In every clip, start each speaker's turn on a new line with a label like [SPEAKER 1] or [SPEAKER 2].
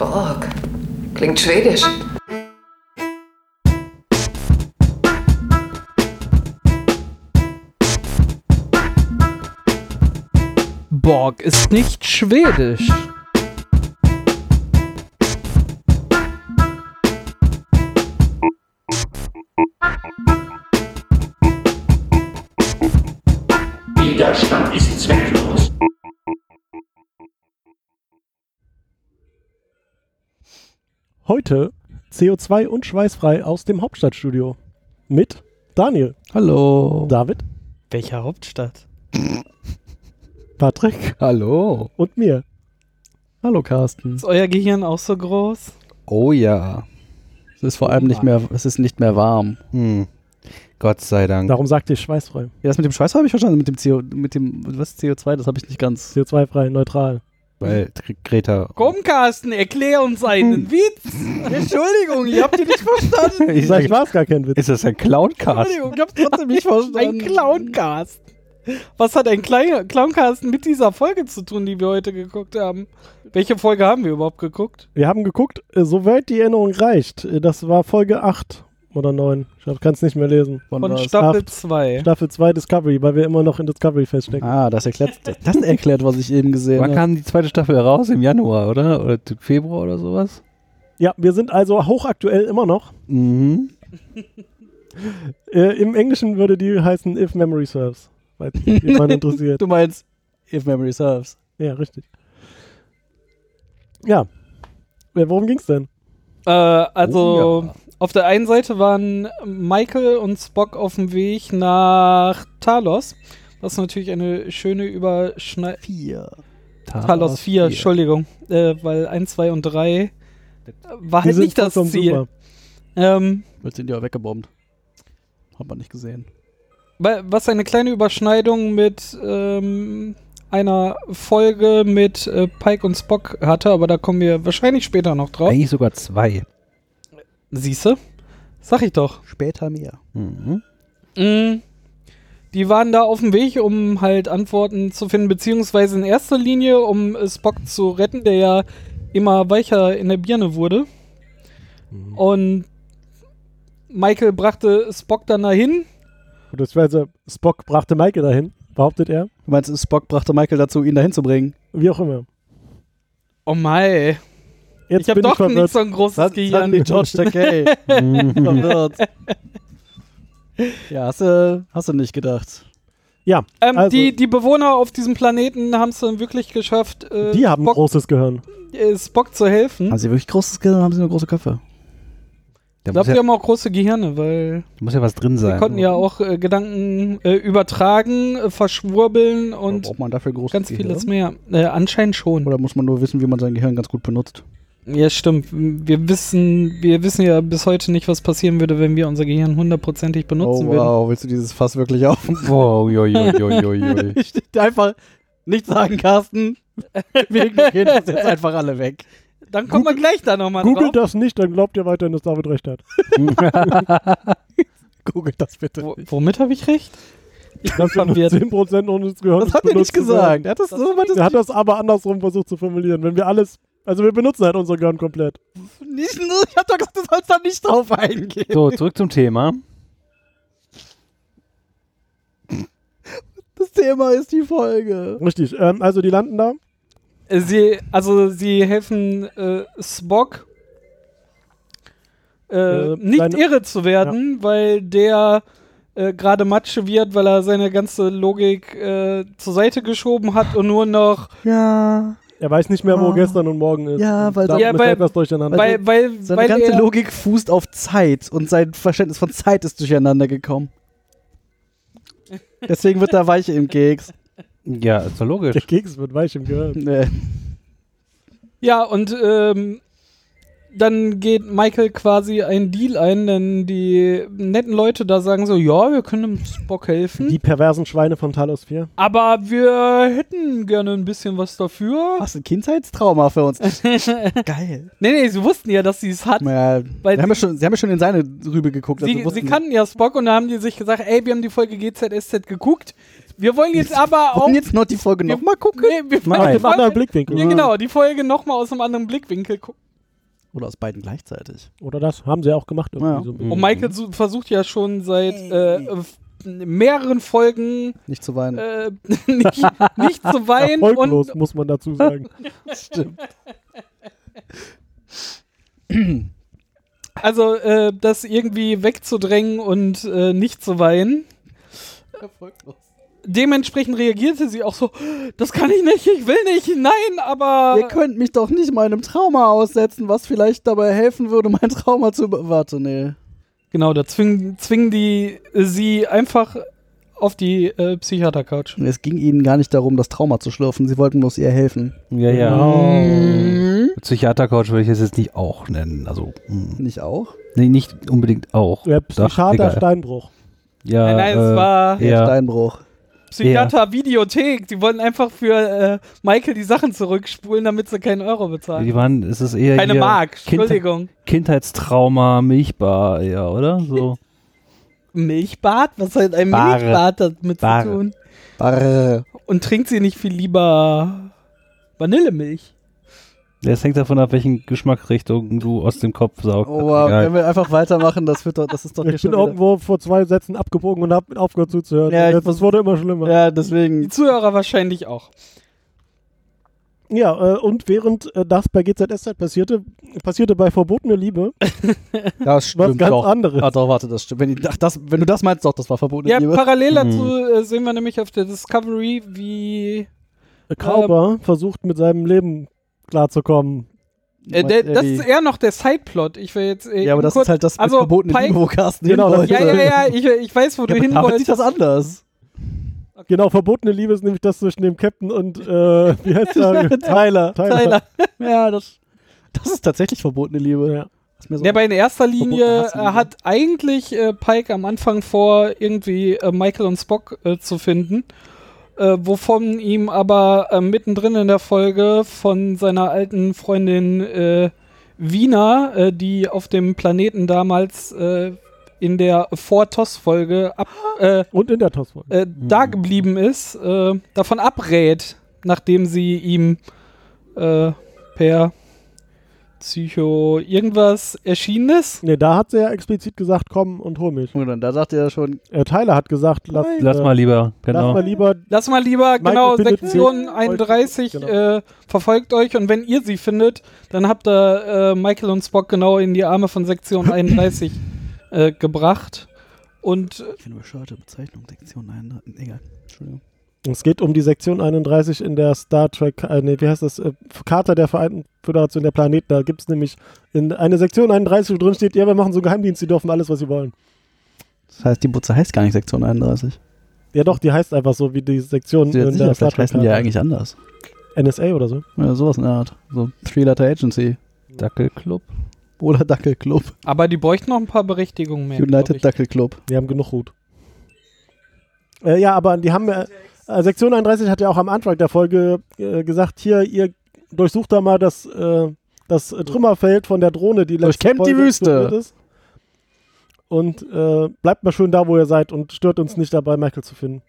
[SPEAKER 1] Org. Klingt schwedisch.
[SPEAKER 2] Borg ist nicht schwedisch.
[SPEAKER 3] Widerstand ist zwecklos.
[SPEAKER 4] Heute CO2 und schweißfrei aus dem Hauptstadtstudio. Mit Daniel,
[SPEAKER 2] Hallo.
[SPEAKER 4] David,
[SPEAKER 5] Welcher Hauptstadt?
[SPEAKER 4] Patrick
[SPEAKER 6] Hallo.
[SPEAKER 4] und mir.
[SPEAKER 2] Hallo, Carsten.
[SPEAKER 5] Ist euer Gehirn auch so groß?
[SPEAKER 6] Oh ja.
[SPEAKER 2] Es ist vor allem nicht mehr, es ist nicht mehr warm.
[SPEAKER 6] Hm. Gott sei Dank.
[SPEAKER 4] Darum sagte ich schweißfrei.
[SPEAKER 2] Ja, das mit dem Schweiß habe ich verstanden, mit dem CO, mit dem, was CO2, das habe ich nicht ganz.
[SPEAKER 4] CO2-frei, neutral.
[SPEAKER 6] Weil Gre- Greta.
[SPEAKER 5] Komm, Carsten, erklär uns einen
[SPEAKER 2] Hm.
[SPEAKER 5] Witz. Entschuldigung, ich hab den nicht verstanden.
[SPEAKER 6] Ich
[SPEAKER 4] Vielleicht
[SPEAKER 6] sag,
[SPEAKER 4] war es gar kein Witz.
[SPEAKER 6] ist das ein Clowncast?
[SPEAKER 5] Entschuldigung, ich hab's trotzdem nicht verstanden. Ein Clown-Cast. Was hat ein Klein Clown-Carsten mit dieser Folge zu tun, die wir heute geguckt haben? Welche Folge haben wir überhaupt geguckt?
[SPEAKER 4] Wir haben geguckt, äh, soweit die Erinnerung reicht. Äh, Das war Folge 8 oder 9. Ich kann es nicht mehr lesen.
[SPEAKER 5] Von
[SPEAKER 4] war's?
[SPEAKER 5] Staffel
[SPEAKER 4] Acht.
[SPEAKER 5] 2.
[SPEAKER 4] Staffel 2 Discovery, weil wir immer noch in Discovery feststecken.
[SPEAKER 2] Ah, das erklärt, das, das erklärt, was ich eben gesehen
[SPEAKER 6] Wann
[SPEAKER 2] habe.
[SPEAKER 6] kam die zweite Staffel raus? Im Januar, oder? Oder t- Februar oder sowas?
[SPEAKER 4] Ja, wir sind also hochaktuell immer noch.
[SPEAKER 6] Mhm.
[SPEAKER 4] Äh, Im Englischen würde die heißen If Memory Serves. Falls jemand interessiert.
[SPEAKER 2] Du meinst, if memory serves.
[SPEAKER 4] Ja, richtig. Ja. Äh, Worum ging's denn?
[SPEAKER 5] Äh, also,
[SPEAKER 6] Oh ja.
[SPEAKER 5] auf der einen Seite waren Michael und Spock auf dem Weg nach Talos, was natürlich eine schöne Überschneidung.
[SPEAKER 2] Vier.
[SPEAKER 5] Talos 4, Entschuldigung, äh, weil 1, 2 und 3 war halt
[SPEAKER 4] Die sind
[SPEAKER 5] nicht das
[SPEAKER 4] vollkommen
[SPEAKER 5] Ziel.
[SPEAKER 4] super.
[SPEAKER 5] Ähm,
[SPEAKER 2] Wird sind ja weggebombt. Hat man nicht gesehen.
[SPEAKER 5] wa- was eine kleine Überschneidung mit ähm, einer Folge mit äh, Pike und Spock hatte, aber da kommen wir wahrscheinlich später noch drauf.
[SPEAKER 6] Eigentlich sogar zwei.
[SPEAKER 5] Siehste? Sag ich doch.
[SPEAKER 2] Später mehr.
[SPEAKER 6] Mhm.
[SPEAKER 5] Mm. Die waren da auf dem Weg, um halt Antworten zu finden, beziehungsweise in erster Linie, um äh, Spock zu retten, der ja immer weicher in der Birne wurde.
[SPEAKER 4] Mhm.
[SPEAKER 5] Und Michael brachte Spock dann dahin.
[SPEAKER 4] Beziehungsweise äh, Spock brachte Michael dahin, behauptet er.
[SPEAKER 2] Du meinst, Spock brachte Michael dazu, ihn dahin zu bringen?
[SPEAKER 4] Wie auch immer.
[SPEAKER 5] Oh mei,
[SPEAKER 4] Jetzt
[SPEAKER 5] ich
[SPEAKER 4] bin
[SPEAKER 5] habe doch
[SPEAKER 4] ich verwirrt.
[SPEAKER 5] nicht so ein großes Gehirn.
[SPEAKER 2] die George Takei verwirrt. Ja, hast du, hast du nicht gedacht.
[SPEAKER 4] ja,
[SPEAKER 5] Ähm,
[SPEAKER 4] also,
[SPEAKER 5] die,
[SPEAKER 4] die,
[SPEAKER 5] die Bewohner auf diesem Planeten haben es dann wirklich geschafft, äh,
[SPEAKER 4] haben
[SPEAKER 5] Spock,
[SPEAKER 4] großes Gehirn.
[SPEAKER 5] äh, Spock zu helfen.
[SPEAKER 2] Haben sie wirklich großes Gehirn oder haben sie nur große Köpfe?
[SPEAKER 6] Da muss
[SPEAKER 5] Ich glaube,
[SPEAKER 6] ja,
[SPEAKER 5] die haben auch große Gehirne, weil
[SPEAKER 6] da muss ja was drin
[SPEAKER 5] Wir konnten
[SPEAKER 6] sein.
[SPEAKER 5] ja auch äh, Gedanken äh, übertragen, äh, verschwurbeln und
[SPEAKER 2] braucht man dafür großes
[SPEAKER 5] ganz
[SPEAKER 2] Gehirn?
[SPEAKER 5] vieles mehr. Äh, anscheinend schon.
[SPEAKER 2] Oder muss man nur wissen, wie man sein Gehirn ganz gut benutzt?
[SPEAKER 5] Ja, stimmt. Wir wissen, wir wissen ja bis heute nicht, was passieren würde, wenn wir unser Gehirn hundertprozentig benutzen würden.
[SPEAKER 2] Oh, willst du dieses Fass wirklich auf?
[SPEAKER 6] Wow, jo, jo, jo, jo, jo.
[SPEAKER 2] Ich einfach nicht sagen, Carsten. Wir ignorieren das jetzt einfach alle weg.
[SPEAKER 5] Dann kommen wir gleich da nochmal drauf.
[SPEAKER 4] Googelt das nicht, dann glaubt ihr weiterhin, dass David recht hat.
[SPEAKER 2] Googelt das bitte.
[SPEAKER 5] Wo, womit habe ich recht? Ich bin
[SPEAKER 4] Dass wir nur
[SPEAKER 5] verwirrt.
[SPEAKER 4] 10% unseres Gehirns
[SPEAKER 2] Das hat er nicht
[SPEAKER 4] benutzt
[SPEAKER 2] gesagt. Er hat das, so
[SPEAKER 4] werden. Er hat ne? das aber andersrum versucht zu formulieren. Wenn wir alles, also wir benutzen halt unser Gehirn komplett.
[SPEAKER 2] nicht, Ich hab doch gesagt, du sollst da nicht drauf eingehen.
[SPEAKER 6] So, zurück zum Thema.
[SPEAKER 2] Das Thema ist die Folge.
[SPEAKER 4] Richtig. Ähm, also die landen da.
[SPEAKER 5] Äh, Sie, also sie helfen äh, Spock äh,
[SPEAKER 4] Äh,
[SPEAKER 5] nicht
[SPEAKER 4] seine-
[SPEAKER 5] irre zu werden, weil der äh, gerade Matsche wird, weil er seine ganze Logik äh, zur Seite geschoben hat und nur noch,
[SPEAKER 2] Ja.
[SPEAKER 4] Er weiß nicht mehr, wo
[SPEAKER 2] Ah.
[SPEAKER 4] gestern und morgen ist.
[SPEAKER 2] Ja,
[SPEAKER 4] Und
[SPEAKER 2] weil-
[SPEAKER 4] damit
[SPEAKER 5] Ja,
[SPEAKER 4] ist
[SPEAKER 5] weil-
[SPEAKER 4] er etwas durcheinander.
[SPEAKER 5] weil, weil,
[SPEAKER 2] Seine
[SPEAKER 5] weil
[SPEAKER 2] ganze
[SPEAKER 5] er,
[SPEAKER 2] Logik fußt auf Zeit und sein Verständnis von Zeit ist durcheinander gekommen. Deswegen wird er weich im Keks. Äh,
[SPEAKER 6] Ja, ist doch
[SPEAKER 4] der
[SPEAKER 6] logisch.
[SPEAKER 4] Keks wird weich im Gehirn.
[SPEAKER 2] Nee.
[SPEAKER 5] ja und ähm, dann geht Michael quasi einen Deal ein, denn die netten Leute da sagen so, ja, wir können dem Spock helfen,
[SPEAKER 4] Die perversen Schweine von Talos 4.
[SPEAKER 5] aber wir hätten gerne ein bisschen was dafür.
[SPEAKER 2] Hast ein Kindheitstrauma für uns? Geil.
[SPEAKER 5] Nee, nee, sie wussten ja, dass sie es hat.
[SPEAKER 2] Ja,
[SPEAKER 5] Weil
[SPEAKER 2] sie, haben ja schon, sie haben ja schon in seine Rübe geguckt. also
[SPEAKER 5] Sie, sie
[SPEAKER 2] wussten-
[SPEAKER 5] kannten ja Spock und da haben die sich gesagt, ey, wir haben die Folge GZSZ geguckt. Wir wollen jetzt aber auch.
[SPEAKER 2] wollen jetzt noch die Folge
[SPEAKER 5] wir,
[SPEAKER 2] nochmal gucken.
[SPEAKER 5] Nee, wir wollen
[SPEAKER 4] Aus
[SPEAKER 5] die
[SPEAKER 4] dem anderen
[SPEAKER 5] Folge,
[SPEAKER 4] Blickwinkel.
[SPEAKER 2] Mhm.
[SPEAKER 5] ja, genau, die Folge nochmal aus einem anderen Blickwinkel gucken.
[SPEAKER 2] Oder aus beiden gleichzeitig.
[SPEAKER 4] Oder das haben sie auch gemacht. Irgendwie
[SPEAKER 2] Ja.
[SPEAKER 4] so.
[SPEAKER 5] Und Michael su- versucht ja schon seit äh, f- mehreren Folgen
[SPEAKER 2] Nicht zu weinen.
[SPEAKER 5] äh, nicht, nicht zu weinen und
[SPEAKER 4] Erfolglos, muss man dazu sagen.
[SPEAKER 2] Stimmt.
[SPEAKER 5] also äh, das irgendwie wegzudrängen und äh, nicht zu weinen. Dementsprechend reagierte sie auch so, das kann ich nicht, ich will nicht, nein,
[SPEAKER 2] Ihr
[SPEAKER 5] aber
[SPEAKER 2] könnt mich doch nicht meinem Trauma aussetzen, was vielleicht dabei helfen würde, mein Trauma zu be- Warte, nee.
[SPEAKER 5] genau, da zwingen, zwingen die äh, sie einfach auf die äh, Psychiater-Couch.
[SPEAKER 2] Es ging ihnen gar nicht darum, das Trauma zu schlürfen. Sie wollten bloß ihr helfen.
[SPEAKER 6] Ja, ja.
[SPEAKER 4] Genau.
[SPEAKER 6] Psychiatercoach Mhm. würde ich es jetzt nicht auch nennen. Also, hm.
[SPEAKER 2] Nicht auch?
[SPEAKER 6] nee, nicht unbedingt auch.
[SPEAKER 4] Der
[SPEAKER 6] Doch,
[SPEAKER 4] Psychiater
[SPEAKER 6] egal.
[SPEAKER 4] Steinbruch.
[SPEAKER 6] ja,
[SPEAKER 5] Nein, nein, es
[SPEAKER 6] äh,
[SPEAKER 5] war
[SPEAKER 6] Ja.
[SPEAKER 2] Steinbruch.
[SPEAKER 5] Psychiater-Videothek. Die wollten einfach für äh, Michael die Sachen zurückspulen, damit sie keinen Euro bezahlen.
[SPEAKER 6] Die waren, es ist eher
[SPEAKER 5] Keine
[SPEAKER 6] hier
[SPEAKER 5] Mark,
[SPEAKER 6] Kind-
[SPEAKER 5] Entschuldigung.
[SPEAKER 6] Kindheitstrauma, Milchbar, ja, oder? So.
[SPEAKER 5] Milchbad? Was hat ein
[SPEAKER 6] Bare.
[SPEAKER 5] Milchbad damit
[SPEAKER 6] Bare.
[SPEAKER 5] zu tun?
[SPEAKER 2] Barr.
[SPEAKER 5] Und trinkt sie nicht viel lieber Vanillemilch?
[SPEAKER 6] Es hängt davon ab, welchen Geschmackrichtung du aus dem Kopf saugst.
[SPEAKER 2] Oh, wow.
[SPEAKER 6] Egal.
[SPEAKER 2] wenn wir einfach weitermachen, das, wird doch, das ist doch hier
[SPEAKER 4] Ich bin
[SPEAKER 2] schon wieder-
[SPEAKER 4] irgendwo vor zwei Sätzen abgebogen und habe aufgehört zuzuhören.
[SPEAKER 2] Ja,
[SPEAKER 4] Ja,
[SPEAKER 2] ich
[SPEAKER 4] das wurde immer schlimmer.
[SPEAKER 2] Ja,
[SPEAKER 5] Die
[SPEAKER 2] deswegen.
[SPEAKER 5] Zuhörer wahrscheinlich auch.
[SPEAKER 4] Ja, äh, und während äh, das bei GZSZ passierte, passierte bei Verbotene Liebe
[SPEAKER 2] Das
[SPEAKER 4] was ganz anderes.
[SPEAKER 2] Ah, doch, warte, das stimmt. Wenn, die- ach, das, wenn du das meinst, doch, das war verboten.
[SPEAKER 5] Ja,
[SPEAKER 2] Liebe.
[SPEAKER 6] Mhm.
[SPEAKER 5] parallel dazu äh, sehen wir nämlich auf der Discovery, wie.
[SPEAKER 4] äh, Kauber
[SPEAKER 2] Ähm.
[SPEAKER 4] versucht mit seinem Leben klarzukommen.
[SPEAKER 5] Äh, der, das ist eher noch der Sideplot. Ich will jetzt. Äh,
[SPEAKER 2] ja, aber das
[SPEAKER 5] kurz,
[SPEAKER 2] ist halt das
[SPEAKER 5] also
[SPEAKER 2] verbotene
[SPEAKER 5] Pike-
[SPEAKER 2] Liebe, wo Carsten
[SPEAKER 4] Genau,
[SPEAKER 2] hin
[SPEAKER 4] das
[SPEAKER 2] wollte.
[SPEAKER 5] Ja, ja, ja, ich, äh, ich weiß, wo du hin
[SPEAKER 2] aber sieht
[SPEAKER 5] wolltest.
[SPEAKER 2] das anders.
[SPEAKER 4] Genau, Verbotene Liebe ist nämlich das zwischen dem Captain und, äh, wie heißt der? Tyler. Tyler.
[SPEAKER 2] Tyler. ja, das, das ist tatsächlich verbotene Liebe. Ja. Ist mir so
[SPEAKER 5] Ja, aber in erster
[SPEAKER 2] Verbotene
[SPEAKER 5] Linie äh,
[SPEAKER 2] Hassliebe.
[SPEAKER 5] hat eigentlich äh, Pike am Anfang vor, irgendwie äh, Michael und Spock äh, zu finden, äh, wovon ihm aber äh, mittendrin in der Folge von seiner alten Freundin äh, Wiener, äh, die auf dem Planeten damals äh, in der Vor-Toss-Folge ab, äh,
[SPEAKER 4] Und in der Tosfolge.
[SPEAKER 5] äh, da geblieben ist, äh, davon abrät, nachdem sie ihm äh, per Psycho irgendwas erschienen ist.
[SPEAKER 4] Nee, da hat sie ja explizit gesagt, komm und hol mich.
[SPEAKER 2] Und dann, da sagt er ja schon,
[SPEAKER 4] Äh, Tyler hat gesagt, lass, äh,
[SPEAKER 6] Lass mal lieber,
[SPEAKER 4] lass
[SPEAKER 6] genau.
[SPEAKER 4] mal lieber
[SPEAKER 5] Lass mal lieber,
[SPEAKER 4] Michael
[SPEAKER 5] genau,
[SPEAKER 4] findet
[SPEAKER 5] Sektion
[SPEAKER 4] sie.
[SPEAKER 5] 31
[SPEAKER 4] Genau.
[SPEAKER 5] äh, verfolgt euch und wenn ihr sie findet, dann habt ihr äh, Michael und Spock genau in die Arme von Sektion 31 äh, gebracht. Und äh,
[SPEAKER 2] ich finde bescheuerte Bezeichnung, Sektion 31, egal, Entschuldigung.
[SPEAKER 4] Es geht um die Sektion 31 in der Star Trek, äh, nee, wie heißt das? Äh, Charta der Vereinten Föderation der Planeten. Da gibt es nämlich in eine Sektion 31, wo drin steht, ja, wir machen so einen Geheimdienst, die dürfen alles, was sie wollen.
[SPEAKER 2] Das heißt, die Butze heißt gar nicht Sektion 31.
[SPEAKER 4] Ja, doch, die heißt einfach so wie die Sektion
[SPEAKER 2] Sind jetzt
[SPEAKER 4] in
[SPEAKER 2] sicher,
[SPEAKER 4] der Star
[SPEAKER 2] vielleicht
[SPEAKER 4] Trek.
[SPEAKER 2] heißen die ja
[SPEAKER 4] Charta.
[SPEAKER 2] eigentlich anders.
[SPEAKER 4] NSA oder so.
[SPEAKER 2] Ja, sowas in der Art. So Three-Letter-Agency.
[SPEAKER 6] Dackelclub.
[SPEAKER 2] Oder Dackelclub.
[SPEAKER 5] aber die bräuchten noch ein paar Berechtigungen mehr. glaub ich.
[SPEAKER 2] United Dackelclub.
[SPEAKER 4] Die haben genug Hut. Äh, ja, aber die haben. Äh, äh, Sektion 31 hat ja auch am Anfang der Folge äh, gesagt: Hier, ihr durchsucht da mal das, äh, das Trümmerfeld von der Drohne, die letzte
[SPEAKER 2] Durchkämmt die
[SPEAKER 4] Folge
[SPEAKER 2] Wüste.
[SPEAKER 4] explodiert ist. Und äh, bleibt mal schön da, wo ihr seid und stört uns nicht dabei, Michael zu finden.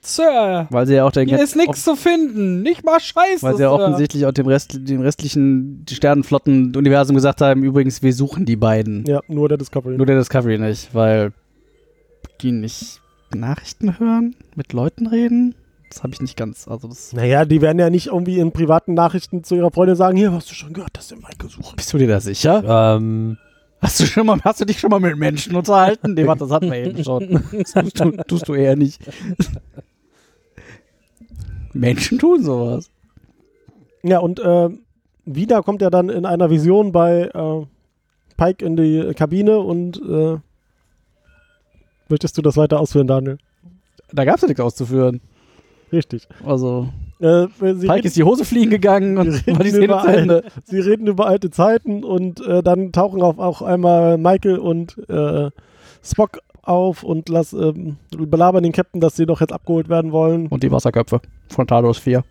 [SPEAKER 5] Sir,
[SPEAKER 2] Weil sie ja auch denken,
[SPEAKER 5] hier ist nichts zu finden. Nicht mal scheiße.
[SPEAKER 2] weil sie ja
[SPEAKER 5] Sir.
[SPEAKER 2] offensichtlich auch dem, Rest, dem restlichen Sternenflotten-Universum gesagt haben, übrigens, wir suchen die beiden.
[SPEAKER 4] Ja, nur der Discovery.
[SPEAKER 2] Nur der Discovery nicht, weil die nicht Nachrichten hören, mit Leuten reden. Das habe ich nicht ganz. Also das
[SPEAKER 4] naja, die werden ja nicht irgendwie in privaten Nachrichten zu ihrer Freundin sagen: Hier, hast du schon gehört, dass der Michael sucht.
[SPEAKER 2] bist du dir da sicher?
[SPEAKER 6] Ähm,
[SPEAKER 2] Hast du schon mal, hast du dich schon mal mit Menschen unterhalten? Nee, warte, das hatten wir eben schon. Das tust du, tust du eher nicht. Menschen tun sowas.
[SPEAKER 4] Ja, und äh, wieder kommt er dann in einer Vision bei äh, Pike in die Kabine und äh, möchtest du das weiter ausführen, Daniel?
[SPEAKER 2] Da gab es ja nichts auszuführen.
[SPEAKER 4] Richtig.
[SPEAKER 2] Also,
[SPEAKER 4] Äh, sie,
[SPEAKER 2] Pike ist die Hose fliegen gegangen und war die Szene zu
[SPEAKER 4] überall.
[SPEAKER 2] Ende.
[SPEAKER 4] sie reden über alte Zeiten und äh, dann tauchen auf auch einmal Michael und äh, Spock auf und lass, ähm, belabern den Captain, dass sie doch jetzt abgeholt werden wollen.
[SPEAKER 2] Und die Wasserköpfe von Talos 4.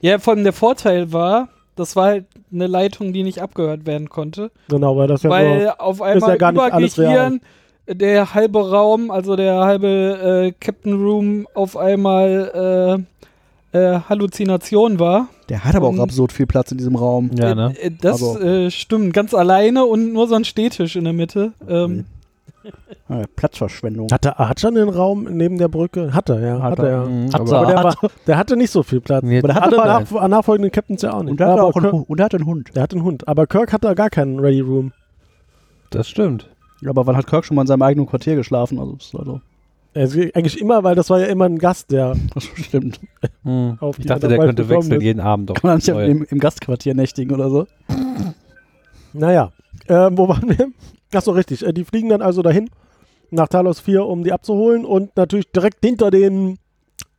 [SPEAKER 5] Ja, vor allem der Vorteil war, das war halt eine Leitung, die nicht abgehört werden konnte,
[SPEAKER 4] Genau, weil das ja
[SPEAKER 5] weil
[SPEAKER 4] so,
[SPEAKER 5] auf einmal
[SPEAKER 4] ja gar nicht alles
[SPEAKER 5] übergegieren der halbe Raum, also der halbe äh, Captain Room auf einmal äh, äh, Halluzination war.
[SPEAKER 2] Der hat aber auch
[SPEAKER 5] Mhm.
[SPEAKER 2] absurd viel Platz in diesem Raum.
[SPEAKER 6] Ja, ne?
[SPEAKER 5] Äh, äh, das
[SPEAKER 2] Also-
[SPEAKER 5] äh, stimmt, ganz alleine und nur so ein Stehtisch in der Mitte.
[SPEAKER 4] Mhm.
[SPEAKER 5] Ähm,
[SPEAKER 2] Äh, Platzverschwendung.
[SPEAKER 4] Hat er hat schon den Raum neben der Brücke? Hat er, ja. Hat, er, ja.
[SPEAKER 6] Mhm,
[SPEAKER 2] Hat
[SPEAKER 6] aber-
[SPEAKER 2] er,
[SPEAKER 4] Aber der,
[SPEAKER 2] hat-
[SPEAKER 4] war, der hatte nicht so viel Platz.
[SPEAKER 6] Nee,
[SPEAKER 4] aber der
[SPEAKER 6] hat
[SPEAKER 4] hatte
[SPEAKER 6] er
[SPEAKER 4] nach, nachfolgenden Captains ja auch nicht.
[SPEAKER 2] Und er hat
[SPEAKER 4] aber
[SPEAKER 2] auch einen,
[SPEAKER 4] Kirk,
[SPEAKER 2] Hu- und er hat einen Hund.
[SPEAKER 4] der hat einen Hund. Aber Kirk hat da gar keinen Ready Room.
[SPEAKER 6] Das stimmt.
[SPEAKER 2] Aber wann hat Kirk schon mal in seinem eigenen Quartier geschlafen? Also, das ist also
[SPEAKER 4] Also eigentlich immer, weil das war ja immer ein Gast, der
[SPEAKER 2] das stimmt. Kann
[SPEAKER 6] Hm.
[SPEAKER 4] Auf
[SPEAKER 6] Ich
[SPEAKER 4] die
[SPEAKER 6] dachte, der
[SPEAKER 4] andere Seite
[SPEAKER 6] könnte
[SPEAKER 4] gekommen
[SPEAKER 6] wechseln,
[SPEAKER 4] ist.
[SPEAKER 6] jeden Abend doch.
[SPEAKER 2] man nicht
[SPEAKER 6] Neu.
[SPEAKER 2] im, im Gastquartier nächtigen oder so?
[SPEAKER 4] Naja, ähm, wo waren wir? Achso, richtig. Äh, die fliegen dann also dahin nach Talos 4, um die abzuholen und natürlich direkt hinter denen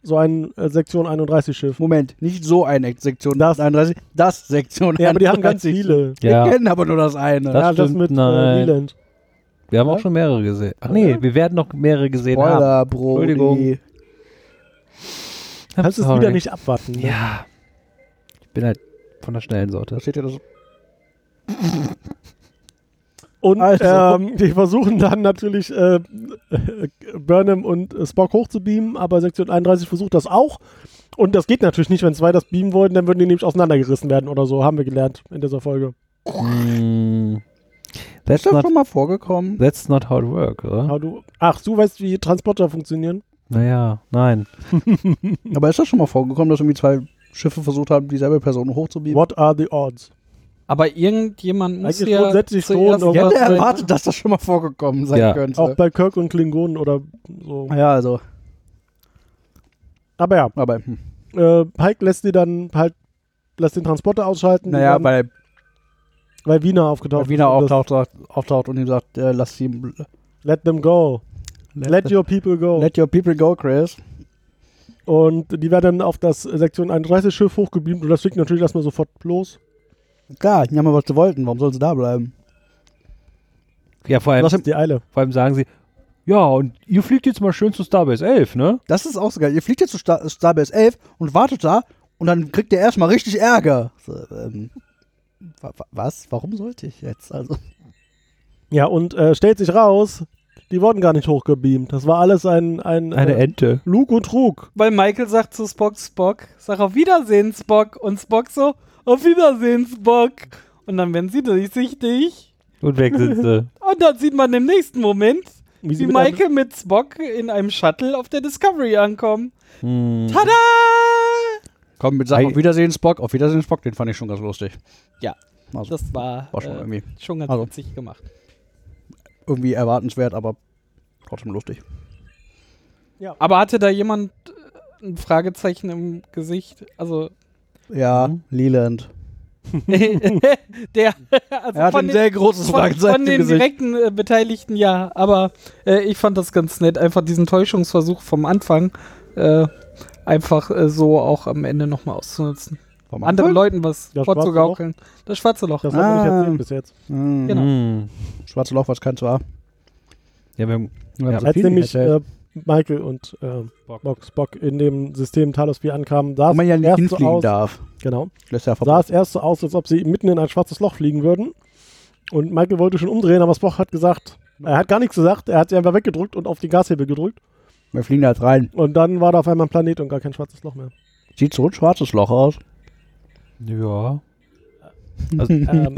[SPEAKER 4] so ein äh, Sektion 31 Schiff.
[SPEAKER 2] Moment, nicht so eine Sektion
[SPEAKER 4] Das-
[SPEAKER 2] 31, das Sektion
[SPEAKER 4] Ja, aber die haben ganz
[SPEAKER 2] 31.
[SPEAKER 4] viele.
[SPEAKER 6] Ja.
[SPEAKER 2] Wir kennen aber nur das eine.
[SPEAKER 6] Das
[SPEAKER 4] ja, das
[SPEAKER 6] stimmt,
[SPEAKER 4] mit äh,
[SPEAKER 6] nein.
[SPEAKER 4] Leland.
[SPEAKER 6] Wir haben auch schon mehrere gesehen. Ach nee, wir werden noch mehrere gesehen haben.
[SPEAKER 2] Spoiler, Bro.
[SPEAKER 6] Entschuldigung. I'm
[SPEAKER 4] Kannst es
[SPEAKER 6] sorry.
[SPEAKER 4] wieder nicht abwarten. ne?
[SPEAKER 6] Ja. Ich bin halt von der schnellen Sorte.
[SPEAKER 2] Da steht ja das.
[SPEAKER 4] Und
[SPEAKER 2] Also.
[SPEAKER 4] ähm, die versuchen dann natürlich äh, Burnham und äh, Spock hochzubeamen, aber Sektion 31 versucht das auch. Und das geht natürlich nicht, wenn zwei das beamen wollten, dann würden die nämlich auseinandergerissen werden oder so, haben wir gelernt in dieser Folge.
[SPEAKER 6] Hm. That's
[SPEAKER 2] Ist das
[SPEAKER 6] not,
[SPEAKER 2] schon mal vorgekommen?
[SPEAKER 6] that's not how it works, oder?
[SPEAKER 2] Hm.
[SPEAKER 4] Aber du, ach, du weißt, wie Transporter funktionieren?
[SPEAKER 6] Naja, nein.
[SPEAKER 2] Aber ist das schon mal vorgekommen, dass irgendwie zwei Schiffe versucht haben, dieselbe Person hochzubieben?
[SPEAKER 4] What are the odds?
[SPEAKER 5] aber irgendjemand muss
[SPEAKER 4] Eigentlich
[SPEAKER 5] ja
[SPEAKER 4] grundsätzlich schon,
[SPEAKER 5] zuerst
[SPEAKER 4] aber-
[SPEAKER 2] Ich hätte
[SPEAKER 5] was-
[SPEAKER 2] erwartet, dass das schon mal vorgekommen sein
[SPEAKER 6] Ja.
[SPEAKER 2] könnte.
[SPEAKER 4] Auch bei Kirk und Klingonen oder so.
[SPEAKER 2] ja, also,
[SPEAKER 4] Aber ja,
[SPEAKER 2] aber hm.
[SPEAKER 4] äh, Pike lässt die dann halt, lässt den Transporter ausschalten, die
[SPEAKER 2] naja,
[SPEAKER 4] dann,
[SPEAKER 2] weil,
[SPEAKER 4] weil Wiener aufgetaucht
[SPEAKER 2] weil Wiener
[SPEAKER 4] ist und das-
[SPEAKER 2] auftaucht, sagt, auftaucht und ihm sagt, äh, lass sie,
[SPEAKER 4] Let them go. Let your people go.
[SPEAKER 2] let your people go, Chris.
[SPEAKER 4] und die werden dann auf das Sektion 31 Schiff hochgebeamt und das fliegt natürlich erstmal sofort los.
[SPEAKER 2] Klar, die haben ja was zu wollten, warum sollen sie da bleiben?
[SPEAKER 6] Ja, vor allem,
[SPEAKER 4] Das ist die Eile.
[SPEAKER 6] vor allem sagen sie, ja, und ihr fliegt jetzt mal schön zu Starbase 11, ne?
[SPEAKER 2] Das ist auch so geil. Ihr fliegt jetzt zu Star Starbase 11 und wartet da und dann kriegt ihr erstmal richtig Ärger. So, ähm, wa wa was? Warum sollte ich jetzt? Also,
[SPEAKER 4] Ja, und äh, stellt sich raus, die wurden gar nicht hochgebeamt. Das war alles ein, ein
[SPEAKER 6] Eine
[SPEAKER 4] äh,
[SPEAKER 6] Ente.
[SPEAKER 4] Lug und Trug.
[SPEAKER 5] Weil Michael sagt zu Spock, Spock, sag auf Wiedersehen, Spock. Und Spock so, auf Wiedersehen, Spock. Und dann werden sie durchsichtig.
[SPEAKER 6] Und weg sind sie.
[SPEAKER 5] Und dann sieht man im nächsten Moment,
[SPEAKER 4] Wie
[SPEAKER 5] wie,
[SPEAKER 4] sie mit einem-
[SPEAKER 5] Michael mit Spock in einem Shuttle auf der Discovery ankommen.
[SPEAKER 6] Hm.
[SPEAKER 5] Tada!
[SPEAKER 2] komm, mit
[SPEAKER 6] Ei.
[SPEAKER 2] Sachen auf Wiedersehen, Spock. Auf Wiedersehen, Spock, den fand ich schon ganz lustig.
[SPEAKER 5] Ja,
[SPEAKER 2] Also,
[SPEAKER 5] das war,
[SPEAKER 2] war schon
[SPEAKER 5] äh,
[SPEAKER 2] irgendwie,
[SPEAKER 5] schon ganz
[SPEAKER 2] Also.
[SPEAKER 5] witzig gemacht.
[SPEAKER 2] irgendwie erwartenswert, aber trotzdem lustig.
[SPEAKER 5] Aber hatte da jemand äh, ein Fragezeichen im Gesicht? Also,
[SPEAKER 2] Ja,
[SPEAKER 6] Mhm.
[SPEAKER 2] Leland.
[SPEAKER 5] der, also
[SPEAKER 2] Er hat
[SPEAKER 5] von
[SPEAKER 2] ein
[SPEAKER 5] den-
[SPEAKER 2] sehr großes
[SPEAKER 5] von,
[SPEAKER 2] Fragezeichen
[SPEAKER 5] von
[SPEAKER 2] im
[SPEAKER 5] den
[SPEAKER 2] Gesicht.
[SPEAKER 5] direkten äh, Beteiligten ja, aber äh, ich fand das ganz nett, einfach diesen Täuschungsversuch vom Anfang äh, einfach äh, so auch am Ende nochmal auszunutzen.
[SPEAKER 2] Vom
[SPEAKER 5] Anderen Leuten was
[SPEAKER 4] Das
[SPEAKER 5] vorzugaukeln. Das schwarze Loch.
[SPEAKER 4] Das haben wir
[SPEAKER 2] Ah.
[SPEAKER 4] nicht erzählt bis jetzt.
[SPEAKER 2] Mhm.
[SPEAKER 5] Genau.
[SPEAKER 6] Hm.
[SPEAKER 2] Schwarze Loch, was keins war.
[SPEAKER 6] Ja, wir haben,
[SPEAKER 2] Wir haben so
[SPEAKER 4] Als
[SPEAKER 2] viel
[SPEAKER 4] nämlich
[SPEAKER 2] erzählt.
[SPEAKER 4] äh, Michael und äh,
[SPEAKER 6] Spock.
[SPEAKER 4] Bock, Spock in dem System Talos 4 ankamen, sah
[SPEAKER 2] Wo man ja
[SPEAKER 4] es
[SPEAKER 2] nicht
[SPEAKER 4] erst so
[SPEAKER 2] hinfliegen
[SPEAKER 4] aus,
[SPEAKER 2] darf.
[SPEAKER 4] genau,
[SPEAKER 2] Lässt ja
[SPEAKER 4] sah
[SPEAKER 2] verboten.
[SPEAKER 4] es erst so aus, als ob sie mitten in ein schwarzes Loch fliegen würden. Und Michael wollte schon umdrehen, aber Spock hat gesagt, er hat gar nichts gesagt, er hat sie einfach weggedrückt und auf die Gashebel gedrückt.
[SPEAKER 2] Wir fliegen da jetzt rein.
[SPEAKER 4] Und dann war da auf einmal ein Planet und gar kein schwarzes Loch mehr.
[SPEAKER 2] Sieht so ein schwarzes Loch aus.
[SPEAKER 6] ja.
[SPEAKER 4] ähm,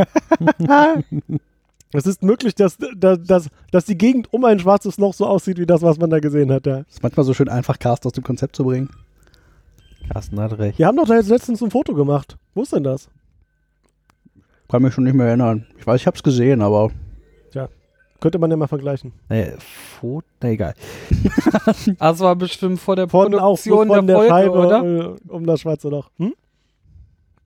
[SPEAKER 4] es ist möglich, dass, dass, dass, dass die Gegend um ein schwarzes Loch so aussieht, wie das, was man da gesehen hat. Ja.
[SPEAKER 2] Ist manchmal so schön einfach, Cast aus dem Konzept zu bringen.
[SPEAKER 6] Carsten hat recht.
[SPEAKER 4] Wir haben doch da jetzt letztens ein Foto gemacht. Wo ist denn das?
[SPEAKER 2] Kann mich schon nicht mehr erinnern. Ich weiß, ich hab's gesehen, aber
[SPEAKER 4] Könnte man ja mal vergleichen.
[SPEAKER 6] Naja, Foto, na egal.
[SPEAKER 5] Das Ah, war bestimmt vor der
[SPEAKER 4] von, auch
[SPEAKER 5] Produktion
[SPEAKER 4] von der,
[SPEAKER 5] der, Folge,
[SPEAKER 4] Scheibe
[SPEAKER 5] oder?
[SPEAKER 4] äh, um das schwarze Loch. Hm?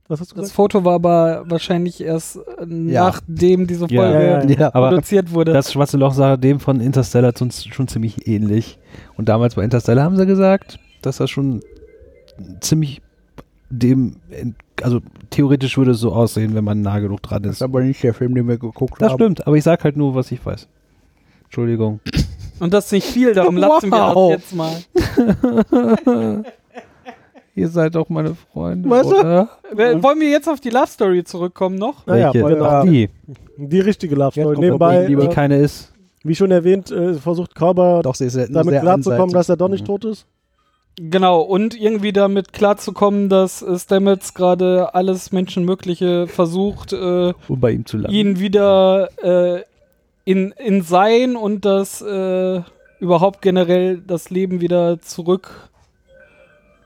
[SPEAKER 4] Was hast du
[SPEAKER 5] Das
[SPEAKER 4] gesagt?
[SPEAKER 5] Foto war aber wahrscheinlich erst äh,
[SPEAKER 2] Ja.
[SPEAKER 5] nachdem diese
[SPEAKER 6] Ja.
[SPEAKER 5] Folge
[SPEAKER 4] Ja, ja,
[SPEAKER 2] ja.
[SPEAKER 6] Aber
[SPEAKER 5] produziert wurde.
[SPEAKER 6] das schwarze Loch sah dem von Interstellar schon, schon ziemlich ähnlich. Und damals bei Interstellar haben sie gesagt, dass das schon ziemlich dem, also theoretisch würde es so aussehen, wenn man nah genug dran
[SPEAKER 2] das
[SPEAKER 6] ist.
[SPEAKER 2] ist aber nicht der Film, den wir geguckt
[SPEAKER 6] Das
[SPEAKER 2] haben.
[SPEAKER 6] stimmt, aber ich sag halt nur, was ich weiß. Entschuldigung.
[SPEAKER 5] Und das nicht viel, darum lassen wir
[SPEAKER 2] Wow.
[SPEAKER 5] das jetzt mal.
[SPEAKER 6] Ihr seid doch meine Freunde.
[SPEAKER 2] Was?
[SPEAKER 6] Oder?
[SPEAKER 5] Äh, Wollen wir jetzt auf die Love Story zurückkommen noch?
[SPEAKER 4] Naja,
[SPEAKER 6] Welche?
[SPEAKER 4] weil,
[SPEAKER 6] Ach,
[SPEAKER 4] äh,
[SPEAKER 6] die,
[SPEAKER 4] die richtige Love
[SPEAKER 2] Jetzt
[SPEAKER 4] Story.
[SPEAKER 2] kommt
[SPEAKER 4] Nebenbei,
[SPEAKER 2] die
[SPEAKER 6] die
[SPEAKER 4] äh,
[SPEAKER 6] keine ist.
[SPEAKER 4] wie schon erwähnt, äh, versucht Körber
[SPEAKER 2] Doch, sie ist ja nur
[SPEAKER 4] damit
[SPEAKER 2] sehr Mhm.
[SPEAKER 4] klarzukommen,
[SPEAKER 2] einseitig.
[SPEAKER 4] dass er doch nicht tot ist.
[SPEAKER 5] Genau, und irgendwie damit klarzukommen, dass äh, Stamets gerade alles Menschenmögliche versucht, äh,
[SPEAKER 6] um bei ihm zu landen.
[SPEAKER 5] ihn wieder äh, in, in sein und das äh, überhaupt generell das Leben wieder zurück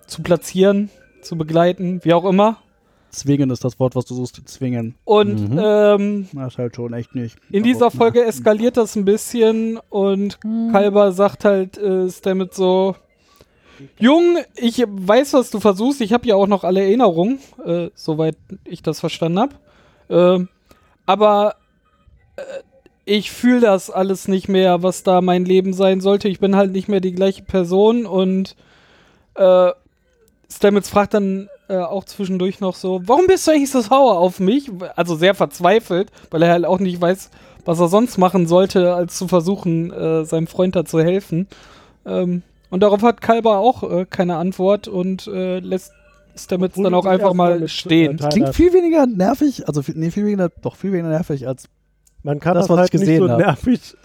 [SPEAKER 5] zu platzieren, zu begleiten, wie auch immer.
[SPEAKER 2] Zwingen ist das Wort, was du suchst. Zwingen.
[SPEAKER 5] Und
[SPEAKER 6] Mhm.
[SPEAKER 5] ähm,
[SPEAKER 2] Na, ist halt schon echt nicht.
[SPEAKER 5] in
[SPEAKER 2] Aber,
[SPEAKER 5] dieser
[SPEAKER 2] na,
[SPEAKER 5] Folge eskaliert das ein bisschen und Kalber sagt halt äh, Stamets so: Jung, ich weiß, was du versuchst. Ich habe ja auch noch alle Erinnerungen, äh, soweit ich das verstanden habe. Ähm, aber äh, ich fühle das alles nicht mehr, was da mein Leben sein sollte. Ich bin halt nicht mehr die gleiche Person und äh, Stamets fragt dann äh, auch zwischendurch noch so, warum bist du eigentlich so sauer auf mich? Also sehr verzweifelt, weil er halt auch nicht weiß, was er sonst machen sollte, als zu versuchen, äh, seinem Freund da zu helfen. Ähm, und darauf hat Kalber auch äh, keine Antwort und äh, lässt Stamets
[SPEAKER 4] Obwohl
[SPEAKER 5] dann
[SPEAKER 4] du
[SPEAKER 5] auch
[SPEAKER 4] dich
[SPEAKER 5] einfach
[SPEAKER 4] erst
[SPEAKER 5] mal
[SPEAKER 4] damit
[SPEAKER 5] stehen.
[SPEAKER 4] zu- äh,
[SPEAKER 2] Klingt viel weniger nervig, also viel, nee, viel weniger, doch viel weniger nervig als.
[SPEAKER 4] Man kann
[SPEAKER 2] Das,
[SPEAKER 4] das,
[SPEAKER 2] was ich
[SPEAKER 4] halt nicht
[SPEAKER 2] gesehen
[SPEAKER 4] so
[SPEAKER 2] hab.
[SPEAKER 4] nervig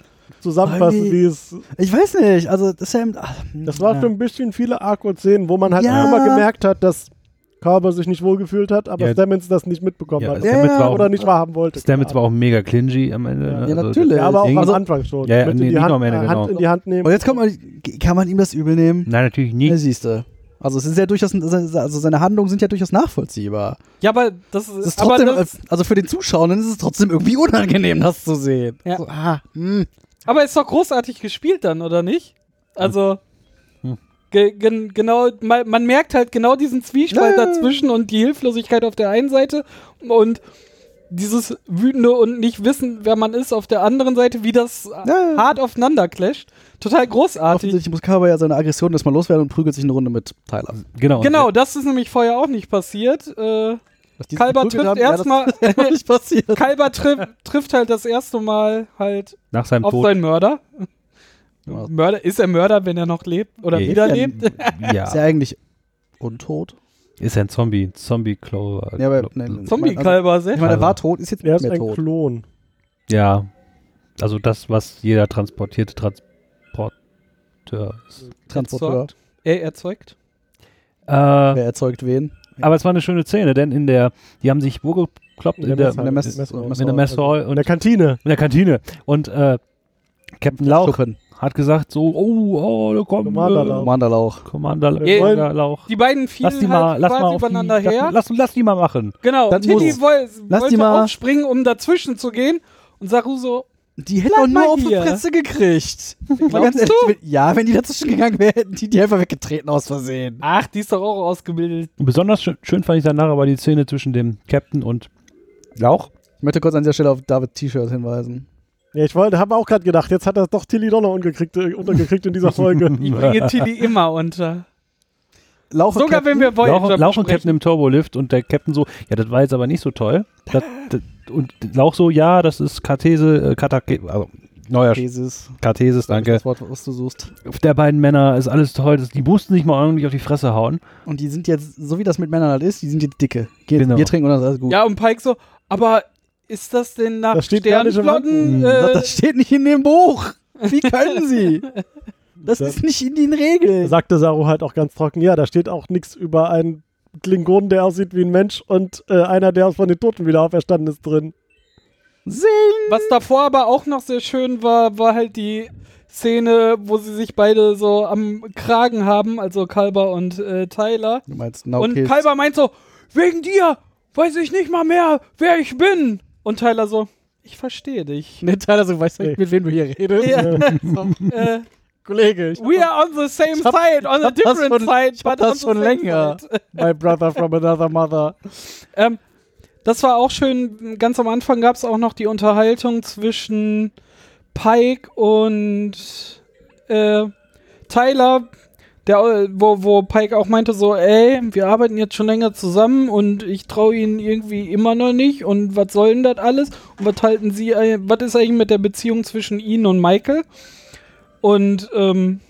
[SPEAKER 4] zusammenfassen,
[SPEAKER 2] Weil
[SPEAKER 4] wie es.
[SPEAKER 2] Ich weiß nicht, also das ist ja. im- Ach,
[SPEAKER 4] Das war
[SPEAKER 2] ja.
[SPEAKER 4] schon ein bisschen viele Arco-Szenen, wo man halt
[SPEAKER 2] Ja.
[SPEAKER 4] auch immer gemerkt hat, dass Carver sich nicht wohlgefühlt hat, aber
[SPEAKER 6] Ja.
[SPEAKER 4] Stamets das nicht mitbekommen
[SPEAKER 6] Ja,
[SPEAKER 4] hat.
[SPEAKER 6] Stamets
[SPEAKER 2] Ja,
[SPEAKER 6] war auch,
[SPEAKER 4] oder nicht wahrhaben wollte.
[SPEAKER 6] Stamets war auch mega clingy am Ende.
[SPEAKER 4] Ja,
[SPEAKER 6] ne?
[SPEAKER 2] ja, natürlich.
[SPEAKER 4] ja, aber auch
[SPEAKER 6] Ding-
[SPEAKER 4] am Anfang schon.
[SPEAKER 6] Ja, ja,
[SPEAKER 4] Mit in
[SPEAKER 6] nee,
[SPEAKER 4] die
[SPEAKER 6] nicht
[SPEAKER 4] Hand,
[SPEAKER 6] am Ende,
[SPEAKER 4] äh,
[SPEAKER 6] genau.
[SPEAKER 4] Hand in die Hand nehmen.
[SPEAKER 2] Und jetzt kann man, kann man ihm das übel nehmen?
[SPEAKER 6] Nein, natürlich
[SPEAKER 2] Ja,
[SPEAKER 6] nicht.
[SPEAKER 2] siehst du. Also es ist ja durchaus, also seine Handlungen sind ja durchaus nachvollziehbar.
[SPEAKER 5] Ja, aber das ist,
[SPEAKER 2] Es ist
[SPEAKER 5] aber
[SPEAKER 2] trotzdem,
[SPEAKER 5] das,
[SPEAKER 2] also für den Zuschauenden ist es trotzdem irgendwie unangenehm, das zu sehen.
[SPEAKER 5] Ja.
[SPEAKER 2] So, ah, hm.
[SPEAKER 5] Aber ist doch großartig gespielt dann, oder nicht? Also.
[SPEAKER 6] Hm.
[SPEAKER 5] Ge gen genau, man, man merkt halt genau diesen Zwiespalt
[SPEAKER 2] Ja.
[SPEAKER 5] dazwischen und die Hilflosigkeit auf der einen Seite und dieses wütende und nicht wissen, wer man ist auf der anderen Seite, wie das
[SPEAKER 2] ja.
[SPEAKER 5] hart aufeinander clasht. Total großartig.
[SPEAKER 2] Offensichtlich muss Carver ja seine Aggression erstmal loswerden und prügelt sich eine Runde mit Tyler.
[SPEAKER 6] Genau.
[SPEAKER 5] Genau, das ist nämlich vorher auch nicht passiert. Äh,
[SPEAKER 2] Was die sich
[SPEAKER 5] Kalber
[SPEAKER 2] geprügelt
[SPEAKER 5] trifft
[SPEAKER 2] haben, ja, das
[SPEAKER 5] erstmal.
[SPEAKER 2] ist noch nicht passiert.
[SPEAKER 5] Kalber triff, trifft halt das erste Mal halt
[SPEAKER 6] Nach seinem
[SPEAKER 5] auf
[SPEAKER 6] Tod.
[SPEAKER 5] seinen Mörder.
[SPEAKER 2] Ja.
[SPEAKER 5] Mörder. Ist er Mörder, wenn er noch lebt oder
[SPEAKER 6] Ja,
[SPEAKER 5] wieder
[SPEAKER 2] ja.
[SPEAKER 5] lebt?
[SPEAKER 2] Ist er
[SPEAKER 6] Ja.
[SPEAKER 2] eigentlich untot?
[SPEAKER 6] Ist ein Zombie. Zombie Clover.
[SPEAKER 2] Ja, aber- nein, nein.
[SPEAKER 5] Zombie-Kalber, sehr
[SPEAKER 2] Ich meine, er
[SPEAKER 6] Also-
[SPEAKER 2] war tot, ist jetzt
[SPEAKER 4] Er
[SPEAKER 2] nicht
[SPEAKER 4] ist
[SPEAKER 2] mehr
[SPEAKER 4] ein
[SPEAKER 2] tot.
[SPEAKER 4] Klon.
[SPEAKER 6] Ja. Also das, was jeder transportierte Transporteur ist.
[SPEAKER 2] Transporteur.
[SPEAKER 5] Er erzeugt.
[SPEAKER 6] Äh,
[SPEAKER 2] Wer erzeugt wen?
[SPEAKER 6] aber es war eine schöne Szene, denn in der, die haben sich wo gekloppt? In der,
[SPEAKER 4] Messhalle.
[SPEAKER 2] der Mess-
[SPEAKER 4] Messhalle.
[SPEAKER 6] in der Messhall
[SPEAKER 4] In
[SPEAKER 6] und
[SPEAKER 4] der Kantine.
[SPEAKER 6] in der Kantine. Und äh, Captain Lauch
[SPEAKER 2] Schuppen.
[SPEAKER 6] hat gesagt so, oh, oh, da kommt
[SPEAKER 4] Commander
[SPEAKER 6] äh,
[SPEAKER 4] Lauch.
[SPEAKER 2] Manderlauch.
[SPEAKER 6] Commander
[SPEAKER 4] Wir wollen-
[SPEAKER 6] Commander Lauch.
[SPEAKER 5] Die beiden fielen
[SPEAKER 6] Lass die mal,
[SPEAKER 5] halt
[SPEAKER 6] lass
[SPEAKER 5] quasi
[SPEAKER 6] mal auf die,
[SPEAKER 5] übereinander her.
[SPEAKER 6] lass, lass, lass die mal machen.
[SPEAKER 5] genau,
[SPEAKER 2] Dann
[SPEAKER 5] und Tilly
[SPEAKER 2] muss-
[SPEAKER 5] woll,
[SPEAKER 2] lass
[SPEAKER 5] wollte
[SPEAKER 2] die mal-
[SPEAKER 5] aufspringen, um dazwischen zu gehen. Und Saru so,
[SPEAKER 2] Die hätte auch
[SPEAKER 5] Bleib mal
[SPEAKER 2] Oh, nur auf die
[SPEAKER 5] hier.
[SPEAKER 2] Fresse gekriegt. Mal ganz
[SPEAKER 5] du?
[SPEAKER 2] ehrlich, wenn- ja, wenn die dazwischen gegangen wäre, hätten die die einfach weggetreten aus Versehen.
[SPEAKER 5] ach, die ist doch auch ausgebildet.
[SPEAKER 6] Besonders schön, schön fand ich danach aber die Szene zwischen dem Captain und Lauch.
[SPEAKER 2] Ich möchte kurz an dieser Stelle auf David T-Shirt hinweisen.
[SPEAKER 4] Ja, ich wollte, habe auch gerade gedacht, jetzt hat er doch Tilly Donner untergekriegt, äh, untergekriegt in dieser Folge.
[SPEAKER 5] Ich
[SPEAKER 6] äh,
[SPEAKER 5] bringe Tilly immer unter.
[SPEAKER 2] Lauch und
[SPEAKER 5] Sogar wenn
[SPEAKER 2] Captain-
[SPEAKER 5] wir
[SPEAKER 6] Lauch,
[SPEAKER 5] Voyager
[SPEAKER 6] Lauch und
[SPEAKER 5] besprechen.
[SPEAKER 6] Captain im Turbolift und der Captain so, ja, das war jetzt aber nicht so toll. Das, das, und Lauch so, ja, das ist Kartese, äh, Katake, also neuer Sch-
[SPEAKER 2] Jesus,
[SPEAKER 6] Kartesis, danke.
[SPEAKER 2] das Wort, was du suchst.
[SPEAKER 6] Der beiden Männer ist alles toll, das, die mussten nicht mal ordentlich auf die Fresse hauen.
[SPEAKER 2] Und die sind jetzt, so wie das mit Männern halt ist, die sind jetzt dicke. Geht
[SPEAKER 6] Genau.
[SPEAKER 2] Bier trinken und dann ist alles gut.
[SPEAKER 5] Ja, und Pike so, aber ist das denn nach
[SPEAKER 4] Das steht gar nicht im
[SPEAKER 5] Sternflotten?
[SPEAKER 2] Das,
[SPEAKER 5] Äh,
[SPEAKER 2] Hm, das steht nicht in dem Buch. Wie können sie? Das ist nicht in den Regeln.
[SPEAKER 4] Sagte Saru halt auch ganz trocken, ja, da steht auch nichts über einen Klingonen, der aussieht wie ein Mensch und äh, einer, der aus von den Toten wieder auferstanden ist drin.
[SPEAKER 2] Sing!
[SPEAKER 5] was davor aber auch noch sehr schön war, war halt die Szene, wo sie sich beide so am Kragen haben, also Kalber und äh, Tyler.
[SPEAKER 2] Du meinst, na
[SPEAKER 5] Und Kalber meint so, wegen dir weiß ich nicht mal mehr, wer ich bin. Und Tyler so, ich verstehe dich.
[SPEAKER 2] Ne, Tyler, so weißt du nicht, mit wem du hier redest.
[SPEAKER 5] Ja, äh,
[SPEAKER 2] Kollege, ich
[SPEAKER 5] we are on the same
[SPEAKER 2] hab-
[SPEAKER 5] side, on a
[SPEAKER 2] hab das
[SPEAKER 5] different
[SPEAKER 2] schon-
[SPEAKER 5] side.
[SPEAKER 2] ich hab
[SPEAKER 5] but on
[SPEAKER 2] das
[SPEAKER 5] the
[SPEAKER 2] schon
[SPEAKER 5] same
[SPEAKER 2] länger.
[SPEAKER 5] side.
[SPEAKER 2] My brother from another mother.
[SPEAKER 5] Ähm, das war auch schön. Ganz am Anfang gab es auch noch die Unterhaltung zwischen Pike und äh, Tyler, der, äh, wo, wo Pike auch meinte so, ey, wir arbeiten jetzt schon länger zusammen und ich traue ihnen irgendwie immer noch nicht und was soll denn das alles? Und was halten sie, äh, was ist eigentlich mit der Beziehung zwischen ihnen und Michael? Und ähm,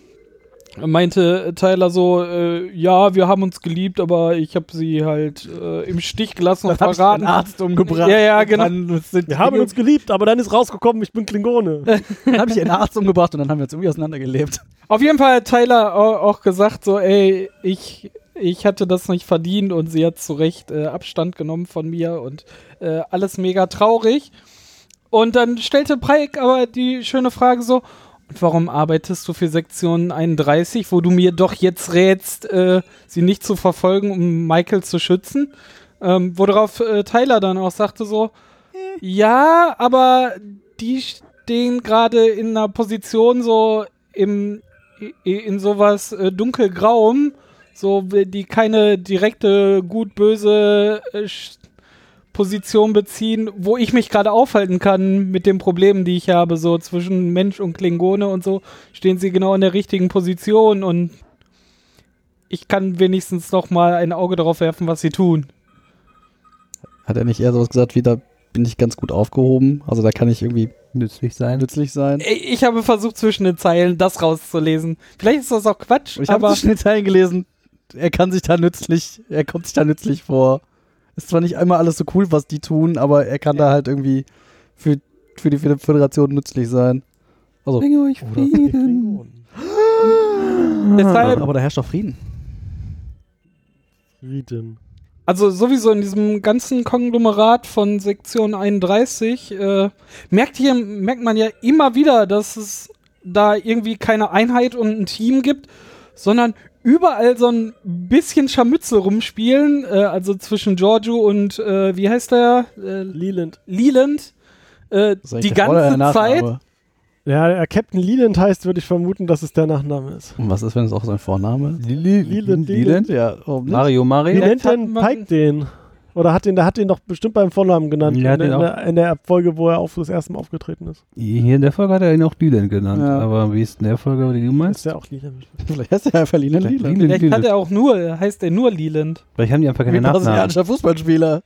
[SPEAKER 5] meinte Tyler so, äh, ja, wir haben uns geliebt, aber ich habe sie halt äh, im Stich gelassen und
[SPEAKER 2] Dann hab ich
[SPEAKER 5] verraten.
[SPEAKER 2] den Arzt umgebracht.
[SPEAKER 5] Ja, ja,
[SPEAKER 2] Und
[SPEAKER 5] genau.
[SPEAKER 2] Dann, sind,
[SPEAKER 4] Wir haben uns geliebt, aber dann ist rausgekommen, ich bin
[SPEAKER 5] Äh.
[SPEAKER 4] Klingone.
[SPEAKER 2] dann habe ich den Arzt umgebracht und dann haben wir uns irgendwie auseinandergelebt.
[SPEAKER 5] Auf jeden Fall hat Tyler au- auch gesagt so, ey, ich, ich hatte das nicht verdient und sie hat zu Recht äh, Abstand genommen von mir und äh, alles mega traurig. Und dann stellte Preik aber die schöne Frage so, und warum arbeitest du für Sektion 31, wo du mir doch jetzt rätst, äh, sie nicht zu verfolgen, um Michael zu schützen? Ähm, worauf äh, Tyler dann auch sagte so, ja, aber die stehen gerade in einer Position so im i- in sowas äh, dunkelgrauem, so die keine direkte gut böse äh, Sch- Position beziehen, wo ich mich gerade aufhalten kann mit den Problemen, die ich habe, so zwischen Mensch und Klingone und so, stehen sie genau in der richtigen Position und ich kann wenigstens noch mal ein Auge darauf werfen, was sie tun.
[SPEAKER 2] Hat er nicht eher sowas gesagt wie, da bin ich ganz gut aufgehoben? Also da kann ich irgendwie
[SPEAKER 6] nützlich sein.
[SPEAKER 2] nützlich sein.
[SPEAKER 5] Ich ich habe versucht, zwischen den Zeilen das rauszulesen. Vielleicht ist das auch Quatsch,
[SPEAKER 2] Ich habe
[SPEAKER 5] aber
[SPEAKER 2] zwischen den Zeilen gelesen, er kann sich da nützlich, er kommt sich da nützlich vor. Ist zwar nicht immer alles so cool, was die tun, aber er kann da halt irgendwie für, für die Föderation nützlich sein. Also,
[SPEAKER 6] Bringe euch Frieden.
[SPEAKER 4] Klingonen.
[SPEAKER 5] deshalb
[SPEAKER 2] aber da herrscht doch Frieden.
[SPEAKER 4] Frieden.
[SPEAKER 5] Also sowieso in diesem ganzen Konglomerat von Sektion 31 äh, merkt, hier, merkt man ja immer wieder, dass es da irgendwie keine Einheit und ein Team gibt, sondern überall so ein bisschen Scharmützel rumspielen. Äh, also zwischen Giorgio und, äh, wie heißt der? Äh,
[SPEAKER 4] Leland.
[SPEAKER 5] Leland. Äh,
[SPEAKER 2] Das ist eigentlich
[SPEAKER 5] die
[SPEAKER 2] der Vorder-
[SPEAKER 5] ganze
[SPEAKER 2] der Nachname.
[SPEAKER 5] Zeit.
[SPEAKER 4] Ja, der Captain Leland heißt, würde ich vermuten, dass es der Nachname ist.
[SPEAKER 2] Und was ist, wenn es auch sein Vorname ist?
[SPEAKER 4] Leland,
[SPEAKER 6] Leland?
[SPEAKER 2] Ja, warum nicht?
[SPEAKER 6] Mario
[SPEAKER 4] Wie
[SPEAKER 6] Mario?
[SPEAKER 4] nennt denn
[SPEAKER 5] hat man-
[SPEAKER 4] Pike den? Oder hat den, der hat den doch bestimmt beim Vornamen genannt.
[SPEAKER 6] Ja,
[SPEAKER 4] in,
[SPEAKER 6] den
[SPEAKER 4] in,
[SPEAKER 6] auch.
[SPEAKER 4] der, in der Folge, wo er auf das erste Mal aufgetreten ist.
[SPEAKER 6] Hier in der Folge hat er ihn auch Leland genannt.
[SPEAKER 2] Ja.
[SPEAKER 6] Aber wie ist denn der Folge, die du meinst?
[SPEAKER 4] Ist der auch Leland?
[SPEAKER 2] Vielleicht heißt er ja Verlina Lila.
[SPEAKER 6] Leland,
[SPEAKER 5] Vielleicht hat
[SPEAKER 6] Leland.
[SPEAKER 5] er auch nur, heißt er nur Leland.
[SPEAKER 6] Vielleicht haben die einfach keine
[SPEAKER 2] Wie ein
[SPEAKER 6] Nachnamen.
[SPEAKER 2] brasilianischer Fußballspieler.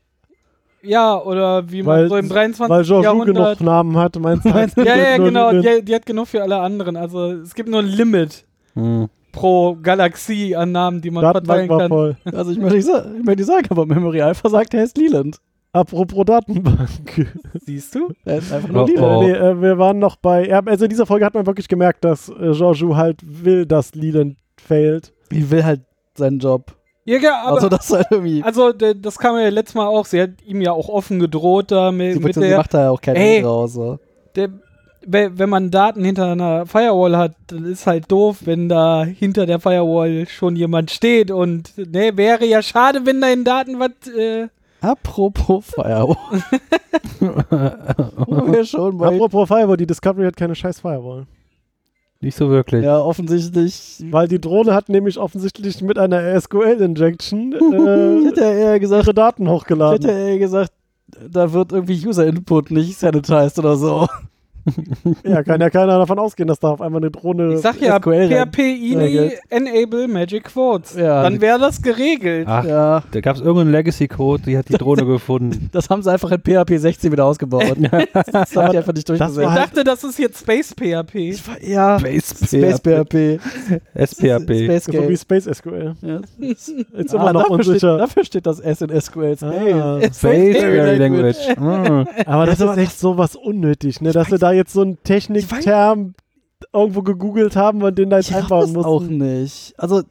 [SPEAKER 5] Ja, oder wie
[SPEAKER 4] Weil,
[SPEAKER 5] man so im 23.
[SPEAKER 4] weil George
[SPEAKER 5] Jahrhundert
[SPEAKER 4] genug Namen hat, meinst du? heißt
[SPEAKER 5] Ja,
[SPEAKER 4] Leland
[SPEAKER 5] ja,
[SPEAKER 4] nur
[SPEAKER 5] genau.
[SPEAKER 4] Leland?
[SPEAKER 5] Die, die hat genug für alle anderen. Also es gibt nur ein Limit
[SPEAKER 6] Hm.
[SPEAKER 5] pro Galaxie an Namen, die man
[SPEAKER 4] Datenbank
[SPEAKER 5] verteilen
[SPEAKER 4] war
[SPEAKER 5] kann.
[SPEAKER 4] voll.
[SPEAKER 2] Also ich möchte nicht, sa- ich möchte nicht sagen, aber Memory Alpha sagt, er heißt Leland.
[SPEAKER 4] Apropos Datenbank.
[SPEAKER 5] Siehst du?
[SPEAKER 2] Er ist einfach
[SPEAKER 6] Oh,
[SPEAKER 2] nur Leland.
[SPEAKER 6] oh.
[SPEAKER 4] Nee, äh, wir waren noch bei. Ja, also in dieser Folge hat man wirklich gemerkt, dass äh, Georgiou halt will, dass Leland failt.
[SPEAKER 2] Die will halt seinen Job.
[SPEAKER 5] Ja, ja aber
[SPEAKER 2] also
[SPEAKER 5] also,
[SPEAKER 2] das ist halt irgendwie...
[SPEAKER 5] d- das kam ja letztes Mal auch. Sie hat ihm ja auch offen gedroht da
[SPEAKER 2] Die
[SPEAKER 5] mit, mit
[SPEAKER 2] Beziehung
[SPEAKER 5] der,
[SPEAKER 2] macht da ja auch keinen
[SPEAKER 5] Ey.
[SPEAKER 2] Hehl draus. So.
[SPEAKER 5] der we- wenn man Daten hinter einer Firewall hat, dann ist halt doof, wenn da hinter der Firewall schon jemand steht und ne, wäre ja schade, wenn da in Daten was äh,
[SPEAKER 2] Apropos Firewall. Wo wir schon bei.
[SPEAKER 4] Apropos Firewall, die Discovery hat keine scheiß Firewall.
[SPEAKER 6] Nicht so wirklich.
[SPEAKER 2] ja, offensichtlich.
[SPEAKER 4] Weil die Drohne hat nämlich offensichtlich mit einer SQL-Injection
[SPEAKER 2] Ich
[SPEAKER 4] äh,
[SPEAKER 2] hätte ja eher gesagt,
[SPEAKER 4] ihre Daten
[SPEAKER 2] ich
[SPEAKER 4] hochgeladen.
[SPEAKER 2] hätte ja eher gesagt, da wird irgendwie User Input nicht sanitized oder so.
[SPEAKER 4] Ja, kann ja keiner davon ausgehen, dass da auf einmal eine Drohne.
[SPEAKER 5] Ich sag ja,
[SPEAKER 2] SQL rein.
[SPEAKER 5] PHP INI
[SPEAKER 2] Ja, geht.
[SPEAKER 5] Enable E Magic Quotes.
[SPEAKER 2] Ja.
[SPEAKER 5] Dann wäre das geregelt.
[SPEAKER 6] Ach,
[SPEAKER 2] Ja,
[SPEAKER 6] da gab es irgendeinen Legacy-Code, die hat die Drohne gefunden.
[SPEAKER 2] das haben sie einfach in PHP 16 wieder ausgebaut. das haben die einfach nicht
[SPEAKER 4] war
[SPEAKER 2] durchgesetzt.
[SPEAKER 5] Ich
[SPEAKER 4] halt-
[SPEAKER 5] dachte, das ist jetzt Space PHP.
[SPEAKER 2] Ich war- ja,
[SPEAKER 6] Space,
[SPEAKER 2] Space PHP.
[SPEAKER 6] SPAP.
[SPEAKER 2] Space
[SPEAKER 4] So wie
[SPEAKER 2] Game.
[SPEAKER 4] Space SQL.
[SPEAKER 2] Ja.
[SPEAKER 4] Ist
[SPEAKER 2] Ah,
[SPEAKER 4] immer noch
[SPEAKER 2] dafür, steht,
[SPEAKER 4] unsicher.
[SPEAKER 2] dafür steht das S in SQL.
[SPEAKER 4] Ah.
[SPEAKER 6] Space
[SPEAKER 2] Area
[SPEAKER 6] Area Language. Mm.
[SPEAKER 4] Aber das, ist echt sowas unnötig, ne? dass wir da jetzt so einen Technikterm irgendwo gegoogelt haben und den da jetzt
[SPEAKER 2] Ich
[SPEAKER 4] einbauen
[SPEAKER 2] raff das auch
[SPEAKER 4] mussten.
[SPEAKER 2] nicht. Also,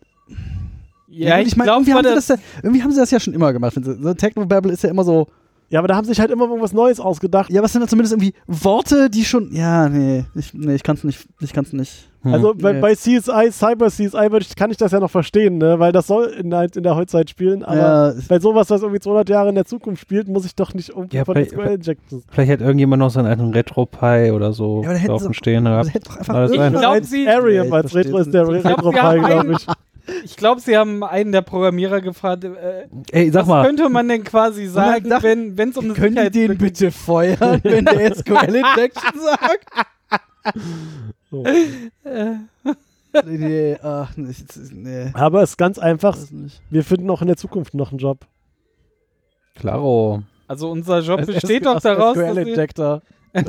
[SPEAKER 5] Ja,
[SPEAKER 2] gut,
[SPEAKER 5] ich,
[SPEAKER 2] meine,
[SPEAKER 5] glaube,
[SPEAKER 2] irgendwie, haben sie
[SPEAKER 5] das,
[SPEAKER 2] das ja, irgendwie haben sie das ja schon immer gemacht. wenn sie- So Technobabble ist ja immer so,
[SPEAKER 4] Ja, aber da haben sich halt immer irgendwas Neues ausgedacht.
[SPEAKER 2] Ja, was sind da zumindest irgendwie Worte, die schon. Ja, nee, ich, nee, ich kann's nicht. Ich kann's nicht.
[SPEAKER 4] Also bei,
[SPEAKER 2] Nee.
[SPEAKER 4] bei CSI, Cyber CSI würd ich, kann ich das ja noch verstehen, ne? weil das soll in, der- in der Heutzeit spielen, aber
[SPEAKER 2] Ja.
[SPEAKER 4] bei sowas, was irgendwie 200 Jahre in der Zukunft spielt, muss ich doch nicht irgendwie
[SPEAKER 6] Ja,
[SPEAKER 4] von
[SPEAKER 6] bei-
[SPEAKER 4] SQL injecten.
[SPEAKER 6] Vielleicht hat irgendjemand noch seinen alten Retro-Pie oder so
[SPEAKER 2] Ja, aber da hätten
[SPEAKER 6] draußen
[SPEAKER 2] sie-
[SPEAKER 6] stehen
[SPEAKER 2] Das
[SPEAKER 6] gehabt.
[SPEAKER 2] hätte doch einfach.
[SPEAKER 6] Alles
[SPEAKER 5] ich
[SPEAKER 6] sein.
[SPEAKER 2] irgendein-
[SPEAKER 5] glaube, sie,
[SPEAKER 4] Area,
[SPEAKER 2] ich
[SPEAKER 4] weil
[SPEAKER 2] versteh's
[SPEAKER 4] Retro ist der
[SPEAKER 2] nicht.
[SPEAKER 5] Ich glaub,
[SPEAKER 4] retro
[SPEAKER 5] wir haben
[SPEAKER 4] glaube
[SPEAKER 5] einen-
[SPEAKER 4] ich.
[SPEAKER 5] ich glaub, sie haben einen der Programmierer gefragt, äh,
[SPEAKER 6] Ey, sag
[SPEAKER 5] was
[SPEAKER 6] mal,
[SPEAKER 5] könnte man denn quasi sagen,
[SPEAKER 2] sag-
[SPEAKER 5] wenn es um eine
[SPEAKER 2] Können die
[SPEAKER 5] Sicherheit
[SPEAKER 2] den bitte feuern, wenn der SQL Injection sagt?
[SPEAKER 4] So.
[SPEAKER 5] Äh,
[SPEAKER 2] Nee, ach, nee, ich- nee.
[SPEAKER 4] Aber es ist ganz einfach,
[SPEAKER 2] Weiß nicht.
[SPEAKER 4] wir finden auch in der Zukunft noch einen Job.
[SPEAKER 6] klaro.
[SPEAKER 5] Also unser Job besteht
[SPEAKER 2] SQL
[SPEAKER 5] doch daraus, dass
[SPEAKER 2] SQL
[SPEAKER 5] wir,
[SPEAKER 2] Injector.
[SPEAKER 4] als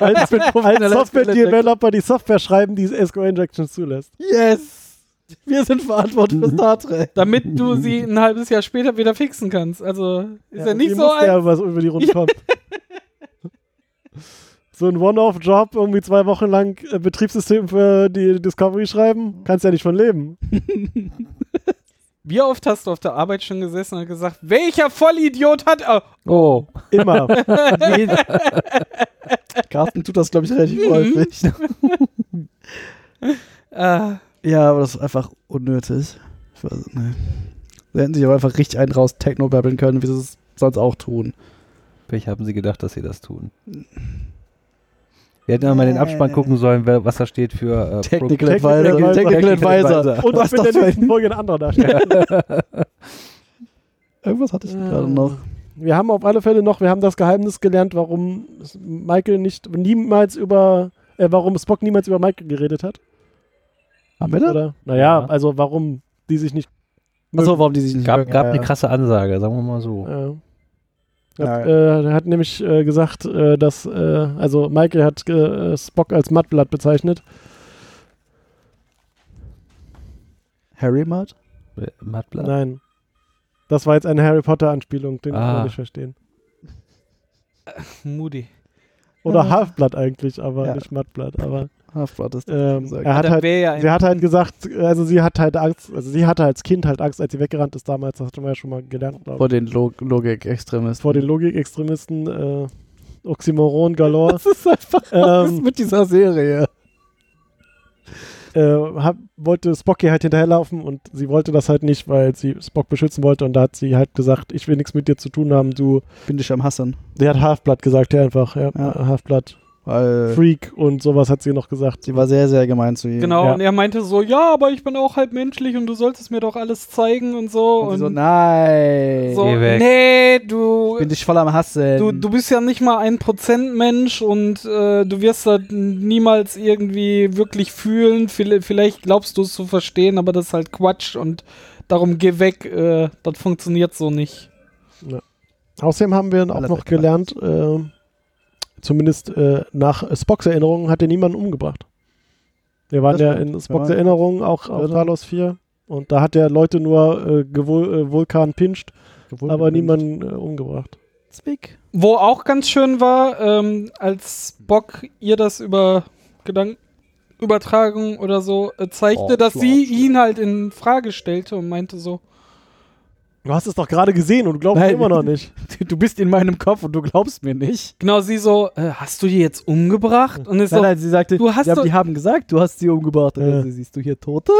[SPEAKER 4] als
[SPEAKER 2] professioneller
[SPEAKER 4] Software-Developer die Software schreiben, die SQL-Injections zulässt.
[SPEAKER 2] Yes! Wir sind verantwortlich für Star Trek.
[SPEAKER 5] damit du sie ein halbes Jahr später wieder fixen kannst. Also ist ja, nicht
[SPEAKER 4] ihr
[SPEAKER 5] so
[SPEAKER 4] müsst
[SPEAKER 5] ein.
[SPEAKER 4] ja was über die Runde kommen. so ein One-Off-Job, irgendwie zwei Wochen lang äh, Betriebssystem für die Discovery schreiben, kannst ja nicht von leben.
[SPEAKER 5] Wie oft hast du auf der Arbeit schon gesessen und gesagt, welcher Vollidiot hat. Oh,
[SPEAKER 6] Oh.
[SPEAKER 4] Immer.
[SPEAKER 2] Carsten tut das, glaube ich, relativ häufig.
[SPEAKER 5] äh,
[SPEAKER 2] Ja, aber das ist einfach unnötig. Ich weiß, nee. Sie hätten sich aber einfach richtig einen raus Techno-babbeln können, wie sie es sonst auch tun.
[SPEAKER 6] Vielleicht haben sie gedacht, dass sie das tun. Wir hätten einmal den Abspann gucken sollen, wer- was da steht für äh,
[SPEAKER 2] Technical
[SPEAKER 4] Pro-
[SPEAKER 2] Advisor.
[SPEAKER 4] Technical
[SPEAKER 2] Technical
[SPEAKER 6] Advisor.
[SPEAKER 2] Advisor.
[SPEAKER 4] Und was
[SPEAKER 2] ist
[SPEAKER 4] mit der
[SPEAKER 2] das
[SPEAKER 4] nächsten
[SPEAKER 2] denn?
[SPEAKER 4] Folge ein anderer darstellt.
[SPEAKER 2] Irgendwas hatte ich gerade noch.
[SPEAKER 4] Wir haben auf alle Fälle noch, wir haben das Geheimnis gelernt, warum es Michael nicht niemals über, äh, warum Spock niemals über Michael geredet hat.
[SPEAKER 2] Haben wir da?
[SPEAKER 4] Oder? Naja,
[SPEAKER 6] Ja.
[SPEAKER 4] also warum die sich nicht.
[SPEAKER 2] Achso, warum die sich nicht
[SPEAKER 6] gab,
[SPEAKER 2] mögen.
[SPEAKER 6] gab
[SPEAKER 2] Ja,
[SPEAKER 6] eine
[SPEAKER 2] ja.
[SPEAKER 6] krasse Ansage, sagen wir mal so.
[SPEAKER 4] Äh,
[SPEAKER 2] Ja,
[SPEAKER 4] hat, äh, er hat nämlich äh, gesagt, äh, dass, äh, also Michael hat äh, Spock als Mattblatt bezeichnet.
[SPEAKER 2] Harry Mudd?
[SPEAKER 6] Äh, Mattblatt?
[SPEAKER 4] Nein. Das war jetzt eine Harry Potter-Anspielung, den kann
[SPEAKER 6] Ah.
[SPEAKER 4] man nicht verstehen.
[SPEAKER 5] Moody.
[SPEAKER 4] Oder
[SPEAKER 2] Ja.
[SPEAKER 4] Halfblatt eigentlich, aber
[SPEAKER 2] Ja.
[SPEAKER 4] nicht Mattblatt. Aber
[SPEAKER 2] Half-Blood ist
[SPEAKER 4] ähm,
[SPEAKER 2] gesagt.
[SPEAKER 4] er hat
[SPEAKER 5] Da
[SPEAKER 4] halt
[SPEAKER 5] wär ja ein-
[SPEAKER 4] Sie hat halt gesagt, also sie hat halt Angst, also sie hatte als Kind halt Angst, als sie weggerannt ist damals, das hatten wir ja schon mal gelernt, glaube
[SPEAKER 2] vor den Log Logik-Extremisten.
[SPEAKER 4] ich. Vor den Logikextremisten, äh, Oxymoron galore, Ähm,
[SPEAKER 2] Das ist einfach
[SPEAKER 4] alles
[SPEAKER 2] mit dieser Serie.
[SPEAKER 4] äh, hab, wollte Spock ihr halt hinterherlaufen und sie wollte das halt nicht, weil sie Spock beschützen wollte und da hat sie halt gesagt, ich will nichts mit dir zu tun haben, du,
[SPEAKER 2] Bin ich am Hassen.
[SPEAKER 4] sie hat Halfblatt gesagt, ja einfach, ja,
[SPEAKER 2] Ja. Äh.
[SPEAKER 4] Halfblatt,
[SPEAKER 2] Weil
[SPEAKER 4] Freak und sowas hat sie noch gesagt.
[SPEAKER 2] sie war sehr, sehr gemein zu ihm.
[SPEAKER 5] Genau,
[SPEAKER 4] Ja.
[SPEAKER 5] und er meinte so, ja, aber ich bin auch halb menschlich und du solltest mir doch alles zeigen und so.
[SPEAKER 2] Und
[SPEAKER 5] Und,
[SPEAKER 2] sie so, nein.
[SPEAKER 5] so,
[SPEAKER 6] Geh weg.
[SPEAKER 5] nee, du,
[SPEAKER 2] Bin dich voll am Hassen.
[SPEAKER 5] du, du bist ja nicht mal ein Prozent Mensch und äh, du wirst das niemals irgendwie wirklich fühlen. Vielle- Vielleicht glaubst du es zu verstehen, aber das ist halt Quatsch und darum geh weg, äh, das funktioniert so nicht.
[SPEAKER 4] Außerdem haben wir auch
[SPEAKER 2] Alles
[SPEAKER 4] noch
[SPEAKER 2] klar.
[SPEAKER 4] gelernt, äh, zumindest äh, nach Spocks Erinnerungen hat er niemanden umgebracht. Wir waren
[SPEAKER 2] Das
[SPEAKER 4] ja
[SPEAKER 2] stimmt.
[SPEAKER 4] in Spocks
[SPEAKER 2] Ja.
[SPEAKER 4] Erinnerungen auch auf
[SPEAKER 2] Ja.
[SPEAKER 4] Talos 4 und da hat er Leute nur äh, gewul äh, Vulkan pinscht,
[SPEAKER 2] Gewollt
[SPEAKER 4] aber
[SPEAKER 2] gewünscht.
[SPEAKER 4] niemanden äh, umgebracht.
[SPEAKER 2] Zwick.
[SPEAKER 5] Wo auch ganz schön war, ähm, als Bock ihr das über Gedankenübertragung oder so äh, zeigte,
[SPEAKER 2] Oh,
[SPEAKER 5] dass
[SPEAKER 2] klar,
[SPEAKER 5] sie
[SPEAKER 2] klar.
[SPEAKER 5] ihn halt in Frage stellte und meinte so,
[SPEAKER 4] Du hast es doch gerade gesehen und du glaubst
[SPEAKER 2] Nein.
[SPEAKER 4] immer noch nicht.
[SPEAKER 2] Du bist in meinem Kopf und du glaubst mir nicht.
[SPEAKER 5] genau sie so, äh, hast du die jetzt umgebracht? Und ist
[SPEAKER 2] Hm. Nein,
[SPEAKER 5] so,
[SPEAKER 2] nein, sie sagte,
[SPEAKER 5] du hast
[SPEAKER 2] sie haben,
[SPEAKER 5] doch-
[SPEAKER 2] die haben gesagt, du hast sie umgebracht. Und
[SPEAKER 4] Ja.
[SPEAKER 2] dann so, Siehst du hier Tote?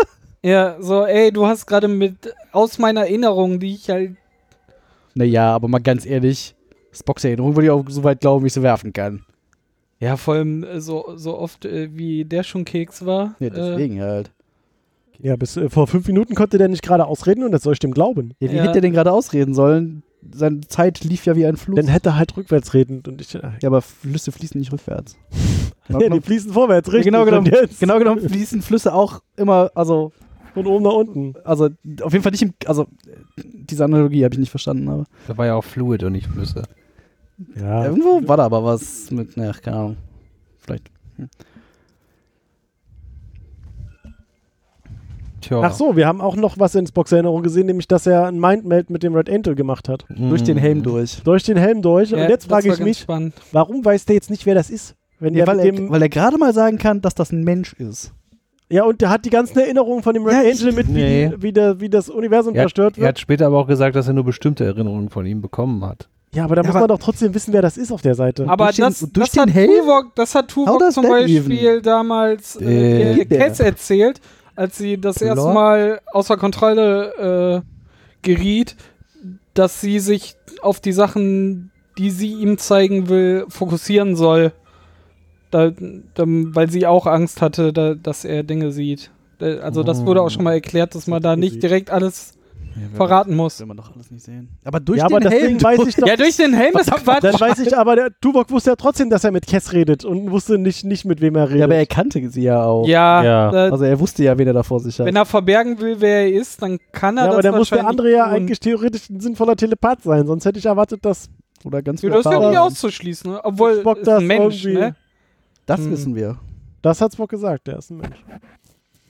[SPEAKER 5] ja, so, ey, du hast gerade mit aus meiner Erinnerung, die ich halt,
[SPEAKER 2] Naja, aber mal ganz ehrlich, Spocks Erinnerung würde ich auch so weit glauben, wie ich sie werfen kann.
[SPEAKER 5] ja, vor allem äh, so, so oft äh, wie der schon Keks war.
[SPEAKER 2] Ja, deswegen halt.
[SPEAKER 4] Ja, bis äh, vor fünf Minuten konnte der nicht gerade ausreden und jetzt soll ich dem glauben.
[SPEAKER 2] Ja, wie
[SPEAKER 5] Ja.
[SPEAKER 2] hätte er denn gerade ausreden sollen? Seine Zeit lief ja wie ein Fluss.
[SPEAKER 4] Dann hätte er halt rückwärts reden und ich. Äh,
[SPEAKER 2] ja, aber Flüsse fließen nicht rückwärts.
[SPEAKER 4] ja, die fließen vorwärts, richtig.
[SPEAKER 2] genau,
[SPEAKER 4] und
[SPEAKER 2] genommen,
[SPEAKER 4] jetzt
[SPEAKER 2] genau genommen fließen Flüsse auch immer, also,
[SPEAKER 4] Von oben nach unten.
[SPEAKER 2] also auf jeden Fall nicht im, also diese Analogie habe ich nicht verstanden, aber
[SPEAKER 6] Da war ja auch Fluid und nicht Flüsse.
[SPEAKER 4] Ja.
[SPEAKER 2] irgendwo war da aber was mit, naja, keine Ahnung, vielleicht.
[SPEAKER 6] Tja.
[SPEAKER 4] Ach so, wir haben auch noch was in Spocks Erinnerung gesehen, nämlich dass er ein Mindmeld mit dem Red Angel gemacht hat.
[SPEAKER 2] Durch den Helm durch.
[SPEAKER 4] Durch den Helm durch.
[SPEAKER 5] Ja,
[SPEAKER 4] und jetzt
[SPEAKER 5] äh, das
[SPEAKER 4] frage
[SPEAKER 5] war
[SPEAKER 4] ich
[SPEAKER 5] ganz
[SPEAKER 4] mich,
[SPEAKER 5] Spannend.
[SPEAKER 4] warum weiß der jetzt nicht, wer das ist? Wenn
[SPEAKER 2] Ja,
[SPEAKER 4] der
[SPEAKER 2] weil,
[SPEAKER 4] mit dem,
[SPEAKER 2] er, weil er gerade mal sagen kann, dass das ein Mensch ist.
[SPEAKER 4] ja, und der hat die ganzen Erinnerungen von dem Red
[SPEAKER 2] Ja, ich-
[SPEAKER 4] Angel mit, wie,
[SPEAKER 6] Nee.
[SPEAKER 4] wie, der, wie das Universum
[SPEAKER 6] Er hat,
[SPEAKER 4] zerstört
[SPEAKER 6] er
[SPEAKER 4] wird.
[SPEAKER 6] hat später aber auch gesagt, dass er nur bestimmte Erinnerungen von ihm bekommen hat.
[SPEAKER 4] Ja, aber da
[SPEAKER 2] Ja,
[SPEAKER 4] muss
[SPEAKER 2] aber-
[SPEAKER 4] man doch trotzdem wissen, wer das ist auf der Seite.
[SPEAKER 5] Aber
[SPEAKER 2] durch den-
[SPEAKER 5] das,
[SPEAKER 2] durch
[SPEAKER 5] das,
[SPEAKER 2] den
[SPEAKER 5] hat
[SPEAKER 2] Helm?
[SPEAKER 5] Tuvok, das hat Tuvok
[SPEAKER 2] does
[SPEAKER 5] zum
[SPEAKER 2] that even-
[SPEAKER 5] Beispiel damals
[SPEAKER 6] Äh,
[SPEAKER 5] äh, ihr Cass erzählt, als sie das
[SPEAKER 6] Lord?
[SPEAKER 5] erste Mal außer Kontrolle äh, geriet, dass sie sich auf die Sachen, die sie ihm zeigen will, fokussieren soll. Da, da, weil sie auch Angst hatte, da, dass er Dinge sieht. Da- Also das wurde auch schon mal erklärt, dass man da nicht direkt alles verraten muss.
[SPEAKER 2] Will man doch alles nicht sehen. Aber durch
[SPEAKER 4] ja,
[SPEAKER 2] den
[SPEAKER 4] aber das
[SPEAKER 2] Helm
[SPEAKER 4] Ding weiß ich doch.
[SPEAKER 5] Ja, durch den Helm ist
[SPEAKER 4] dann
[SPEAKER 5] Quatsch.
[SPEAKER 4] weiß ich aber, der Tuvok wusste ja trotzdem, dass er mit Cass redet und wusste nicht, nicht mit wem er redet.
[SPEAKER 2] Ja, aber er kannte sie ja auch.
[SPEAKER 5] Ja,
[SPEAKER 6] Ja.
[SPEAKER 5] da,
[SPEAKER 2] Also er wusste ja, wen er da vor sich hat.
[SPEAKER 5] Wenn er verbergen will, wer er ist, dann kann er
[SPEAKER 4] ja,
[SPEAKER 5] das
[SPEAKER 4] aber dann muss der
[SPEAKER 5] wahrscheinlich
[SPEAKER 4] andere ja
[SPEAKER 5] tun.
[SPEAKER 4] eigentlich theoretisch ein sinnvoller Telepath sein, sonst hätte ich erwartet, dass
[SPEAKER 2] Oder ganz
[SPEAKER 5] Ja,
[SPEAKER 2] viel
[SPEAKER 5] das ist ja
[SPEAKER 2] Erfahrung.
[SPEAKER 5] nicht auszuschließen, ne? obwohl
[SPEAKER 4] Spock
[SPEAKER 5] ist
[SPEAKER 4] das
[SPEAKER 5] ein Mensch,
[SPEAKER 4] irgendwie-
[SPEAKER 5] ne?
[SPEAKER 2] Das
[SPEAKER 5] Hm.
[SPEAKER 2] wissen wir.
[SPEAKER 4] Das hat Spock gesagt, der ist ein Mensch.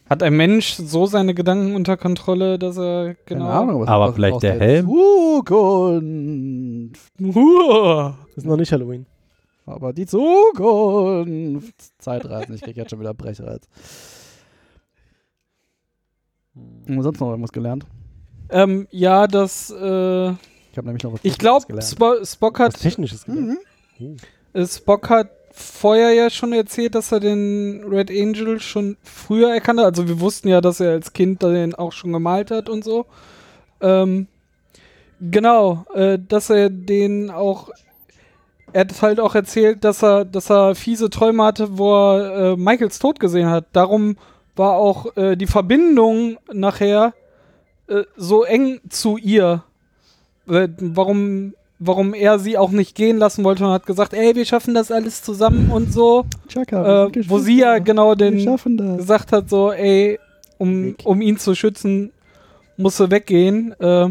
[SPEAKER 5] Hat ein Mensch so seine Gedanken unter Kontrolle, dass er genau.
[SPEAKER 2] Keine Ahnung. Was
[SPEAKER 6] Aber
[SPEAKER 2] was-
[SPEAKER 6] vielleicht
[SPEAKER 2] aus
[SPEAKER 6] der Helm?
[SPEAKER 2] Zukunft.
[SPEAKER 5] Huah.
[SPEAKER 4] Ist noch nicht Halloween.
[SPEAKER 2] Aber die Zukunft. Zeitreisen. Ich krieg jetzt schon wieder Brechreiz.
[SPEAKER 5] Hm.
[SPEAKER 2] Und sonst noch irgendwas gelernt.
[SPEAKER 5] Ähm, ja, das. Äh,
[SPEAKER 2] Ich habe nämlich noch was
[SPEAKER 5] ich äh, glaube,
[SPEAKER 2] gelernt.
[SPEAKER 5] Spo Spock hat
[SPEAKER 4] Was Technisches gelernt.
[SPEAKER 5] Mhm. Äh, Spock hat vorher ja schon erzählt, dass er den Red Angel schon früher erkannt hat. Also wir wussten ja, dass er als Kind den auch schon gemalt hat und so. Ähm, genau, äh, dass er den auch. Er hat halt auch erzählt, dass er, dass er fiese Träume hatte, wo er äh, Michaels Tod gesehen hat. Darum war auch äh, die Verbindung nachher äh, so eng zu ihr. Äh, warum, warum er sie auch nicht gehen lassen wollte und hat gesagt, ey, wir schaffen das alles zusammen und so.
[SPEAKER 2] Chaka,
[SPEAKER 5] Äh, wo sie ja genau
[SPEAKER 2] den
[SPEAKER 5] den
[SPEAKER 2] schaffen das.
[SPEAKER 5] gesagt hat, so, ey, um, um ihn zu schützen, musst du weggehen. Äh,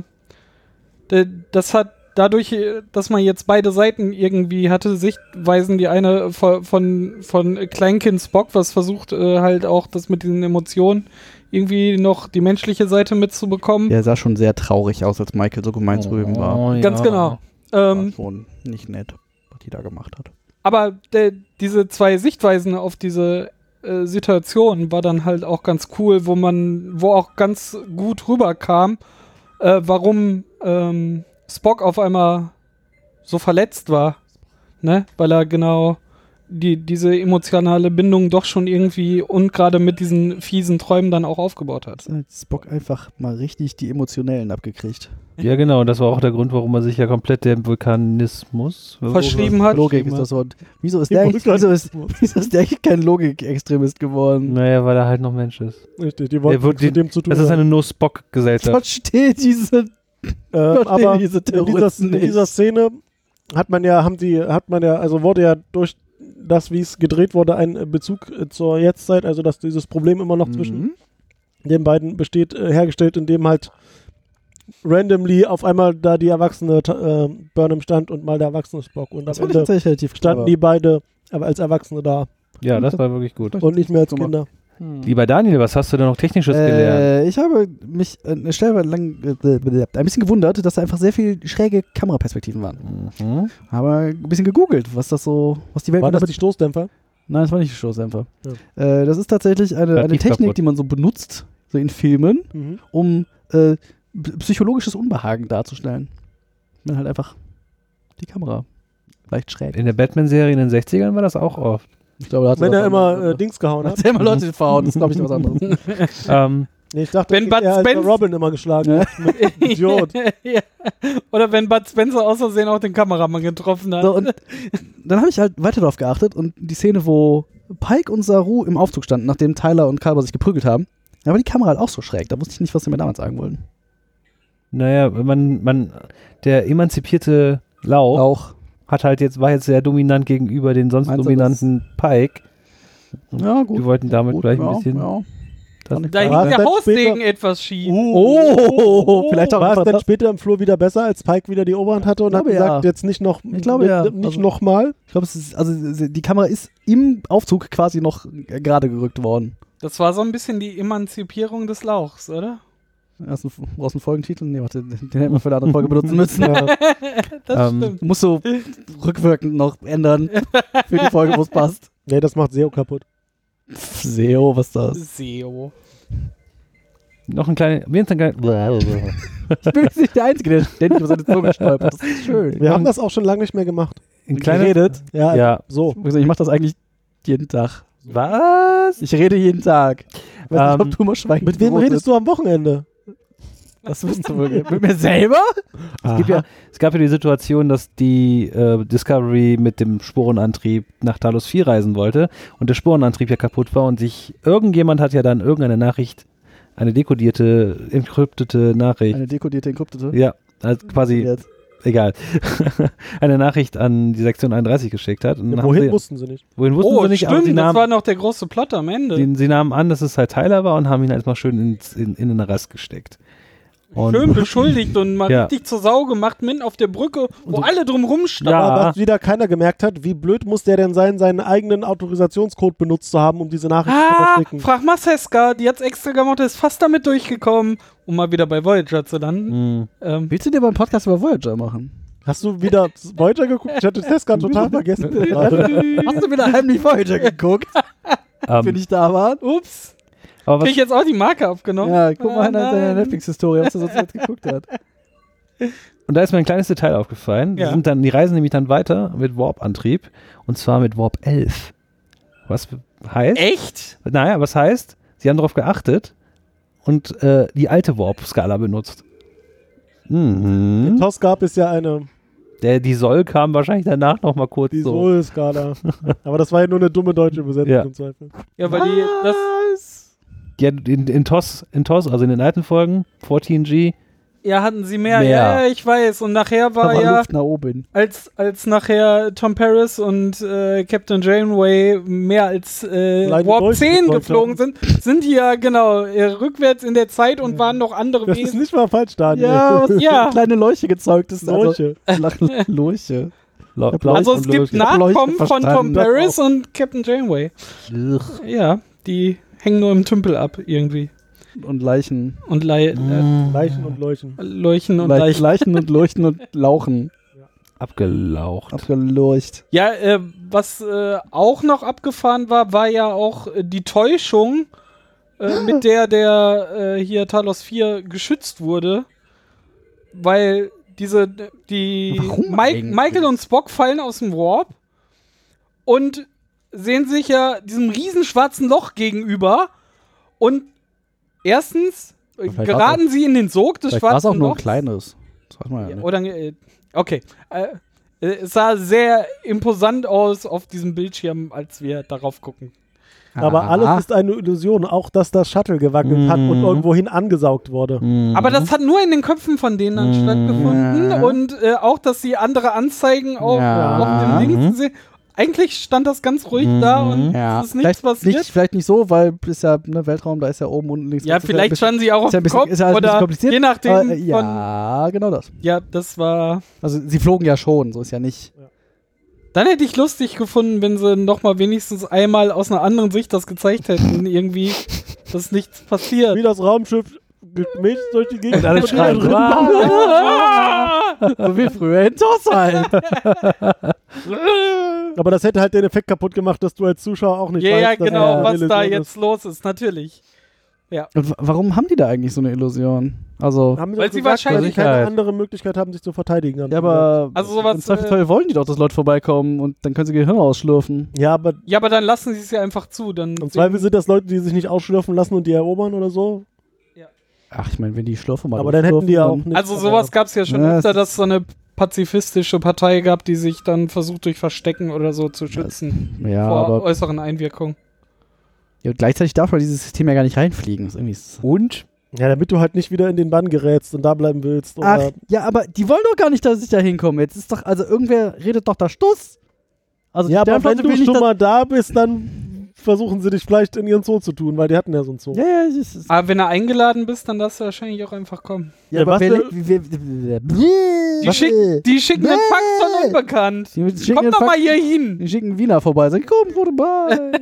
[SPEAKER 5] d- das hat dadurch, äh, dass man jetzt beide Seiten irgendwie hatte, Sichtweisen, die eine von, von, von Kleinkind Spock, was versucht äh, halt auch das mit diesen Emotionen irgendwie noch die menschliche Seite mitzubekommen.
[SPEAKER 2] Der sah schon sehr traurig aus, als Michael so gemein
[SPEAKER 5] Oh.
[SPEAKER 2] zu ihm war.
[SPEAKER 6] Oh,
[SPEAKER 5] Ganz genau.
[SPEAKER 2] War
[SPEAKER 5] Ähm,
[SPEAKER 2] schon nicht nett, was die da gemacht hat.
[SPEAKER 5] aber der, diese zwei Sichtweisen auf diese äh, Situation war dann halt auch ganz cool, wo man, wo auch ganz gut rüberkam, äh, warum ähm, Spock auf einmal so verletzt war, ne, weil er genau die, diese emotionale Bindung doch schon irgendwie und gerade mit diesen fiesen Träumen dann auch aufgebaut hat.
[SPEAKER 2] Hat Spock einfach mal richtig die Emotionellen abgekriegt.
[SPEAKER 6] Ja, genau. Und das war auch der Grund, warum er sich ja komplett dem Vulkanismus
[SPEAKER 5] Verschrieben hat.
[SPEAKER 2] Logik ist das Wort. Wieso ist
[SPEAKER 4] Die
[SPEAKER 2] der, eigentlich-
[SPEAKER 4] Brücke-
[SPEAKER 2] wieso ist, wieso ist der eigentlich kein Logikextremist geworden?
[SPEAKER 6] Naja, weil er halt noch Mensch ist.
[SPEAKER 4] Richtig, die
[SPEAKER 6] Er wird
[SPEAKER 4] wollten nichts mit
[SPEAKER 6] die-
[SPEAKER 4] dem zu tun.
[SPEAKER 6] Das ist
[SPEAKER 4] haben.
[SPEAKER 6] eine No-Spock-Gesellschaft.
[SPEAKER 2] Verstehe diese
[SPEAKER 4] äh,
[SPEAKER 2] Gott,
[SPEAKER 4] aber
[SPEAKER 2] nee, diese
[SPEAKER 4] in dieser,
[SPEAKER 2] Terroristen
[SPEAKER 4] in dieser
[SPEAKER 2] nicht.
[SPEAKER 4] Szene hat man ja, haben die, hat man ja, also wurde ja durch das, wie es gedreht wurde, ein äh, Bezug äh, zur Jetztzeit, also dass dieses Problem immer noch zwischen
[SPEAKER 2] Mhm.
[SPEAKER 4] den beiden besteht, äh, hergestellt, indem halt randomly auf einmal da die erwachsene Ta- äh, Burnham stand und mal der erwachsene Spock und
[SPEAKER 2] Das
[SPEAKER 4] am
[SPEAKER 2] fand ich
[SPEAKER 4] Ende
[SPEAKER 2] tatsächlich relativ
[SPEAKER 4] standen
[SPEAKER 2] clever.
[SPEAKER 4] die beide aber als Erwachsene da
[SPEAKER 6] Ja, das war wirklich gut.
[SPEAKER 4] und nicht mehr als
[SPEAKER 2] Guck
[SPEAKER 4] Kinder.
[SPEAKER 6] Lieber Daniel, was hast du denn noch Technisches gelernt?
[SPEAKER 2] Äh, ich habe mich äh, eine Stelle lang äh, ein bisschen gewundert, dass da einfach sehr viel schräge Kameraperspektiven waren.
[SPEAKER 4] Äh.
[SPEAKER 6] Hm?
[SPEAKER 2] Habe ein bisschen gegoogelt, was das so, was die Welt
[SPEAKER 4] Waren
[SPEAKER 2] mit
[SPEAKER 4] das die Stoßdämpfer?
[SPEAKER 2] Nein, das war nicht die Stoßdämpfer. Äh, das ist tatsächlich eine, eine
[SPEAKER 6] Relativ
[SPEAKER 2] Technik,
[SPEAKER 6] kaputt.
[SPEAKER 2] die man so benutzt, so in Filmen,
[SPEAKER 4] Mhm.
[SPEAKER 2] um äh, p- psychologisches Unbehagen darzustellen. Man halt einfach die Kamera leicht schräg.
[SPEAKER 6] In der Batman-Serie in den 60ern war das auch oft.
[SPEAKER 2] Ich glaube, da hat Also
[SPEAKER 4] Wenn
[SPEAKER 2] das
[SPEAKER 4] er immer
[SPEAKER 2] anderes-
[SPEAKER 4] äh, Dings gehauen hat.
[SPEAKER 2] Als er immer Leute verhauen, das ist glaube ich was anderes.
[SPEAKER 6] ähm,
[SPEAKER 4] Nee, ich dachte,
[SPEAKER 5] Wenn
[SPEAKER 4] er
[SPEAKER 5] Bud
[SPEAKER 4] hat
[SPEAKER 5] Spence-
[SPEAKER 4] bei Robin immer geschlagen. ne?
[SPEAKER 2] Ja.
[SPEAKER 4] Idiot.
[SPEAKER 5] ja. Oder wenn Bud Spencer aus Versehen auch den Kameramann getroffen hat.
[SPEAKER 2] so, und dann habe ich halt weiter darauf geachtet und die Szene, wo Pike und Saru im Aufzug standen, nachdem Tyler und Kalber sich geprügelt haben, da war die Kamera halt auch so schräg. Da wusste ich nicht, was sie mir damals sagen wollten.
[SPEAKER 6] naja, man, man, der emanzipierte Lauch
[SPEAKER 2] Auch.
[SPEAKER 6] hat halt jetzt, war jetzt sehr dominant gegenüber den sonst
[SPEAKER 2] Meinst du,
[SPEAKER 6] dominanten Pike.
[SPEAKER 2] Ja, gut.
[SPEAKER 6] Die wollten damit
[SPEAKER 2] Gut,
[SPEAKER 6] gleich ein
[SPEAKER 2] ja,
[SPEAKER 6] bisschen.
[SPEAKER 2] Ja.
[SPEAKER 6] das-
[SPEAKER 5] Da
[SPEAKER 4] War
[SPEAKER 5] hing
[SPEAKER 4] es
[SPEAKER 5] der
[SPEAKER 4] dann
[SPEAKER 5] Haussegen
[SPEAKER 4] später-
[SPEAKER 5] etwas schief.
[SPEAKER 2] Oh, vielleicht auch
[SPEAKER 4] War es
[SPEAKER 2] einfach
[SPEAKER 4] dann
[SPEAKER 2] das-
[SPEAKER 4] später im Flur wieder besser, als Pike wieder die Oberhand hatte und
[SPEAKER 2] Ich
[SPEAKER 4] hat
[SPEAKER 2] glaube,
[SPEAKER 4] gesagt,
[SPEAKER 2] ja.
[SPEAKER 4] jetzt nicht noch,
[SPEAKER 2] Ich glaube, ja.
[SPEAKER 4] nicht
[SPEAKER 2] Also-
[SPEAKER 4] nochmal?
[SPEAKER 2] Ich glaube, es ist- also sie- die Kamera ist im Aufzug quasi noch gerade gerückt worden.
[SPEAKER 5] Das war so ein bisschen die Emanzipierung des Lauchs, oder?
[SPEAKER 2] Hast du einen- brauchst du einen Folgentitel? Nee, warte, den hätten wir für eine andere Folge benutzen müssen.
[SPEAKER 5] Das
[SPEAKER 6] Ähm,
[SPEAKER 5] stimmt.
[SPEAKER 2] Du musst so rückwirkend noch ändern für die Folge, wo es passt.
[SPEAKER 4] Nee, das macht SEO kaputt.
[SPEAKER 2] Pff, SEO, was das?
[SPEAKER 5] SEO.
[SPEAKER 6] Noch ein kleiner, mir ist ein kleiner,
[SPEAKER 2] Ich bin jetzt nicht der Einzige, der ständig über seine Zunge stolpert. Das ist schön.
[SPEAKER 4] Wir haben das auch schon lange nicht mehr gemacht.
[SPEAKER 6] ein kleiner,
[SPEAKER 2] Geredet?
[SPEAKER 4] Ja,
[SPEAKER 6] ja,
[SPEAKER 4] so.
[SPEAKER 2] Ich mache das eigentlich jeden Tag.
[SPEAKER 6] was?
[SPEAKER 2] Ich rede jeden Tag. Weiß
[SPEAKER 6] Ähm,
[SPEAKER 2] nicht, ob du mal schweigend
[SPEAKER 4] Mit wem redest du am Wochenende?
[SPEAKER 2] Das wirst du wohl. Mit mir selber?
[SPEAKER 6] Es,
[SPEAKER 2] gibt
[SPEAKER 6] gibt
[SPEAKER 2] ja-
[SPEAKER 6] ja, es gab ja die Situation, dass die äh, Discovery mit dem Sporenantrieb nach Talos 4 reisen wollte und der Sporenantrieb ja kaputt war und sich irgendjemand hat ja dann irgendeine Nachricht, eine dekodierte, encryptete Nachricht,
[SPEAKER 2] Eine dekodierte, enkryptete.
[SPEAKER 6] ja, also quasi,
[SPEAKER 2] Jetzt.
[SPEAKER 6] egal, eine Nachricht an die Sektion 31 geschickt hat. Und
[SPEAKER 4] Ja,
[SPEAKER 6] haben
[SPEAKER 4] wohin
[SPEAKER 6] sie,
[SPEAKER 4] mussten sie nicht?
[SPEAKER 6] wohin wussten
[SPEAKER 5] Oh,
[SPEAKER 6] sie nicht, aber sie
[SPEAKER 5] stimmt, das
[SPEAKER 6] nahmen,
[SPEAKER 5] war noch der große Plot am Ende.
[SPEAKER 6] Sie, sie nahmen an, dass es halt Tyler war und haben ihn halt mal schön ins, in, in den Rast gesteckt. Und
[SPEAKER 5] Schön beschuldigt und mal
[SPEAKER 6] Ja.
[SPEAKER 5] richtig zur Sau gemacht, mitten auf der Brücke, wo alle drum rumstanden.
[SPEAKER 6] Ja.
[SPEAKER 4] Aber was wieder keiner gemerkt hat, wie blöd muss der denn sein, seinen eigenen Autorisationscode benutzt zu haben, um diese Nachricht zu
[SPEAKER 5] Ah,
[SPEAKER 4] verschicken.
[SPEAKER 5] frag mal Seska, die hat's extra gemacht, ist fast damit durchgekommen, um mal wieder bei Voyager zu landen.
[SPEAKER 6] Mh.
[SPEAKER 5] Ähm,
[SPEAKER 2] Willst du dir mal einen Podcast über Voyager machen?
[SPEAKER 4] Hast du wieder Voyager geguckt? Ich hatte Tesca total vergessen.
[SPEAKER 2] Hast du wieder heimlich Voyager geguckt, wenn
[SPEAKER 6] Ähm,
[SPEAKER 2] ich da war?
[SPEAKER 5] ups,
[SPEAKER 6] aber was,
[SPEAKER 5] krieg ich jetzt auch die Marke abgenommen.
[SPEAKER 2] Ja, guck
[SPEAKER 5] Ah,
[SPEAKER 2] mal in deine
[SPEAKER 5] nein. Oh,
[SPEAKER 2] Netflix-Historie, was er sonst jetzt geguckt hat.
[SPEAKER 6] und da ist mir ein kleines Detail aufgefallen.
[SPEAKER 5] Ja.
[SPEAKER 6] Die, sind dann, die reisen nämlich dann weiter mit Warp-Antrieb. Und zwar mit Warp 11. Was heißt?
[SPEAKER 5] Echt?
[SPEAKER 6] Naja, was heißt, sie haben darauf geachtet und äh, die alte Warp-Skala benutzt. Mhm.
[SPEAKER 4] Tosgab ist ja eine
[SPEAKER 6] Der, die Soll kam wahrscheinlich danach nochmal kurz
[SPEAKER 4] die
[SPEAKER 6] so.
[SPEAKER 4] Sol-Skala. Aber das war ja nur eine dumme deutsche Übersetzung
[SPEAKER 6] Ja.
[SPEAKER 4] im Zweifel.
[SPEAKER 5] Ja, weil die, das,
[SPEAKER 6] Ja, in, in, TOS, in TOS, also in den alten Folgen, 14G,
[SPEAKER 5] ja, hatten sie mehr.
[SPEAKER 6] Mehr.
[SPEAKER 5] Ja, ich weiß. Und nachher
[SPEAKER 2] Da
[SPEAKER 5] war
[SPEAKER 2] war
[SPEAKER 5] ja,
[SPEAKER 2] Luft nach oben.
[SPEAKER 5] als, als nachher Tom Paris und äh, Captain Janeway mehr als äh,
[SPEAKER 4] Leider
[SPEAKER 5] Warp
[SPEAKER 4] Deutsch
[SPEAKER 5] 10
[SPEAKER 4] gefolgt
[SPEAKER 5] geflogen sind, sind die ja, genau, äh, rückwärts in der Zeit und waren noch andere
[SPEAKER 4] Das ist
[SPEAKER 5] Wesen.
[SPEAKER 4] nicht mal falsch, Daniel.
[SPEAKER 2] Ja, was
[SPEAKER 5] Ja.
[SPEAKER 2] ja. kleine Leuche gezeugt ist.
[SPEAKER 4] Solche.
[SPEAKER 2] Also, Lach- Lurche.
[SPEAKER 6] Lau-
[SPEAKER 2] hab
[SPEAKER 6] Lauf
[SPEAKER 5] Also
[SPEAKER 6] und
[SPEAKER 5] es gibt
[SPEAKER 6] Lurch.
[SPEAKER 2] hab Leuchte
[SPEAKER 5] Nachkommen von Tom
[SPEAKER 2] verstanden, das
[SPEAKER 5] Paris und Captain Janeway.
[SPEAKER 6] Lurch.
[SPEAKER 5] Ja, die hängen nur im Tümpel ab irgendwie.
[SPEAKER 2] Und Leichen.
[SPEAKER 5] Und lei
[SPEAKER 4] Leichen und Leuchen.
[SPEAKER 5] äh, leuchen und
[SPEAKER 2] Leich-
[SPEAKER 5] leichen.
[SPEAKER 2] Leichen und Leuchten und Lauchen.
[SPEAKER 6] Abgelaucht.
[SPEAKER 2] Abgelurcht.
[SPEAKER 5] Ja, äh, was äh, auch noch abgefahren war, war ja auch äh, die Täuschung, äh, mit der der äh, hier Talos 4 geschützt wurde. Weil diese, die
[SPEAKER 2] Warum
[SPEAKER 5] Mi-
[SPEAKER 2] eigentlich?
[SPEAKER 5] Michael und Spock fallen aus dem Warp und sehen sich ja diesem riesen schwarzen Loch gegenüber und erstens äh,
[SPEAKER 2] Vielleicht war's
[SPEAKER 5] geraten sie in den Sog des
[SPEAKER 2] Vielleicht war es auch
[SPEAKER 5] schwarzen
[SPEAKER 2] nur ein
[SPEAKER 5] Lochs.
[SPEAKER 2] kleines. Das weiß man ja ne?
[SPEAKER 5] Ja,
[SPEAKER 2] nicht.
[SPEAKER 5] Oder äh, okay. Äh, äh, es sah sehr imposant aus auf diesem Bildschirm, als wir darauf gucken.
[SPEAKER 4] Aber
[SPEAKER 2] Ah.
[SPEAKER 4] alles ist eine Illusion, auch dass das Shuttle gewackelt hat und
[SPEAKER 6] Mhm.
[SPEAKER 4] irgendwohin angesaugt wurde.
[SPEAKER 5] Aber das hat nur in den Köpfen von denen dann stattgefunden
[SPEAKER 2] Mhm. Ja.
[SPEAKER 5] und äh, auch, dass sie andere Anzeigen auf,
[SPEAKER 2] Ja. Mhm.
[SPEAKER 5] auf dem Ding sehen. Eigentlich stand das ganz ruhig da und
[SPEAKER 2] Ja.
[SPEAKER 5] es ist
[SPEAKER 2] vielleicht,
[SPEAKER 5] nichts passiert.
[SPEAKER 2] nicht, vielleicht nicht so, weil ist ja ne, Weltraum, da ist ja oben, unten, links.
[SPEAKER 5] ja,
[SPEAKER 2] rechts, ist
[SPEAKER 5] vielleicht
[SPEAKER 2] ein bisschen-
[SPEAKER 5] standen sie auch auf
[SPEAKER 2] Ist ja ein
[SPEAKER 5] dem
[SPEAKER 2] bisschen,
[SPEAKER 5] Kopf
[SPEAKER 2] ist ja ein bisschen
[SPEAKER 5] oder
[SPEAKER 2] kompliziert.
[SPEAKER 5] je nachdem.
[SPEAKER 2] aber, äh,
[SPEAKER 5] von,
[SPEAKER 2] ja, genau das.
[SPEAKER 5] ja, das war.
[SPEAKER 2] Also sie flogen ja schon, so ist ja nicht.
[SPEAKER 5] Dann hätte ich lustig gefunden, wenn sie noch mal wenigstens einmal aus einer anderen Sicht das gezeigt hätten, irgendwie, dass nichts passiert.
[SPEAKER 4] Wie das Raumschiff gemäht durch die Gegend.
[SPEAKER 6] alle
[SPEAKER 4] und
[SPEAKER 6] schreien,
[SPEAKER 4] wieder drin
[SPEAKER 6] "Wow!"
[SPEAKER 4] waren.
[SPEAKER 5] Ah!
[SPEAKER 2] So wie früher in TOS halt.
[SPEAKER 4] Aber das hätte halt den Effekt kaputt gemacht, dass du als Zuschauer auch nicht
[SPEAKER 5] Ja,
[SPEAKER 4] weißt,
[SPEAKER 5] ja,
[SPEAKER 4] dass
[SPEAKER 5] genau,
[SPEAKER 4] das
[SPEAKER 5] was
[SPEAKER 4] eine
[SPEAKER 5] da
[SPEAKER 4] Illusion
[SPEAKER 5] jetzt los ist, natürlich.
[SPEAKER 2] Und wa- warum haben die da eigentlich so eine Illusion? Also,
[SPEAKER 4] ist. Haben
[SPEAKER 5] Weil
[SPEAKER 4] doch
[SPEAKER 5] sie
[SPEAKER 4] gesagt, weil sie
[SPEAKER 5] wahrscheinlich-
[SPEAKER 4] keine andere Möglichkeit haben, sich zu verteidigen. haben
[SPEAKER 2] ja,
[SPEAKER 4] sie
[SPEAKER 2] aber
[SPEAKER 5] Also sowas,
[SPEAKER 2] im Zweifelsfall wollen die doch, dass Leute vorbeikommen und dann können sie Gehirn ausschlürfen.
[SPEAKER 4] gesagt. Ja, aber
[SPEAKER 5] Ja, aber dann lassen sie es ja einfach zu. Dann
[SPEAKER 4] im Zweifel sind das Leute, die sich nicht ausschlürfen lassen und die erobern oder so.
[SPEAKER 2] Ach, ich meine, wenn die Schlürfe mal
[SPEAKER 4] aber dann hätten die ja auch
[SPEAKER 2] durchschlürfen,
[SPEAKER 4] nicht.
[SPEAKER 5] also sowas gab es ja schon
[SPEAKER 2] Ja,
[SPEAKER 5] öfter,
[SPEAKER 2] es
[SPEAKER 5] dass es so eine pazifistische Partei gab, die sich dann versucht durch Verstecken oder so zu schützen
[SPEAKER 2] dann- Ja,
[SPEAKER 5] vor
[SPEAKER 2] aber
[SPEAKER 5] äußeren Einwirkungen.
[SPEAKER 2] ja, gleichzeitig darf man dieses System ja gar nicht reinfliegen. Das ist irgendwie s-
[SPEAKER 6] Und?
[SPEAKER 4] Ja, damit du halt nicht wieder in den Bann gerätst und da bleiben willst. Oder
[SPEAKER 5] also
[SPEAKER 2] Ach, ja, aber die wollen doch gar nicht, dass ich da hinkomme. Jetzt ist doch, also irgendwer redet doch da Stuss. Also die
[SPEAKER 4] ja, aber wenn
[SPEAKER 2] Sternflotte
[SPEAKER 4] du
[SPEAKER 2] will nicht,
[SPEAKER 4] schon
[SPEAKER 2] dass-
[SPEAKER 4] mal da bist, dann versuchen sie dich vielleicht in ihren Zoo zu tun, weil die hatten ja so einen Zoo.
[SPEAKER 2] Ja, ja, es ist,
[SPEAKER 5] Aber wenn du eingeladen bist, dann darfst du wahrscheinlich auch einfach kommen.
[SPEAKER 2] ja,
[SPEAKER 4] Ja,
[SPEAKER 2] aber
[SPEAKER 4] was
[SPEAKER 2] wer,
[SPEAKER 4] denn-
[SPEAKER 2] wer, wer, wer,
[SPEAKER 5] Die, schick, die schicken einen Fax von Unbekannt.
[SPEAKER 2] Die schicken
[SPEAKER 5] Komm
[SPEAKER 2] den
[SPEAKER 5] doch
[SPEAKER 2] Fax-
[SPEAKER 5] mal hier hin.
[SPEAKER 2] Die schicken Wiener vorbei, sagen, komm vorbei,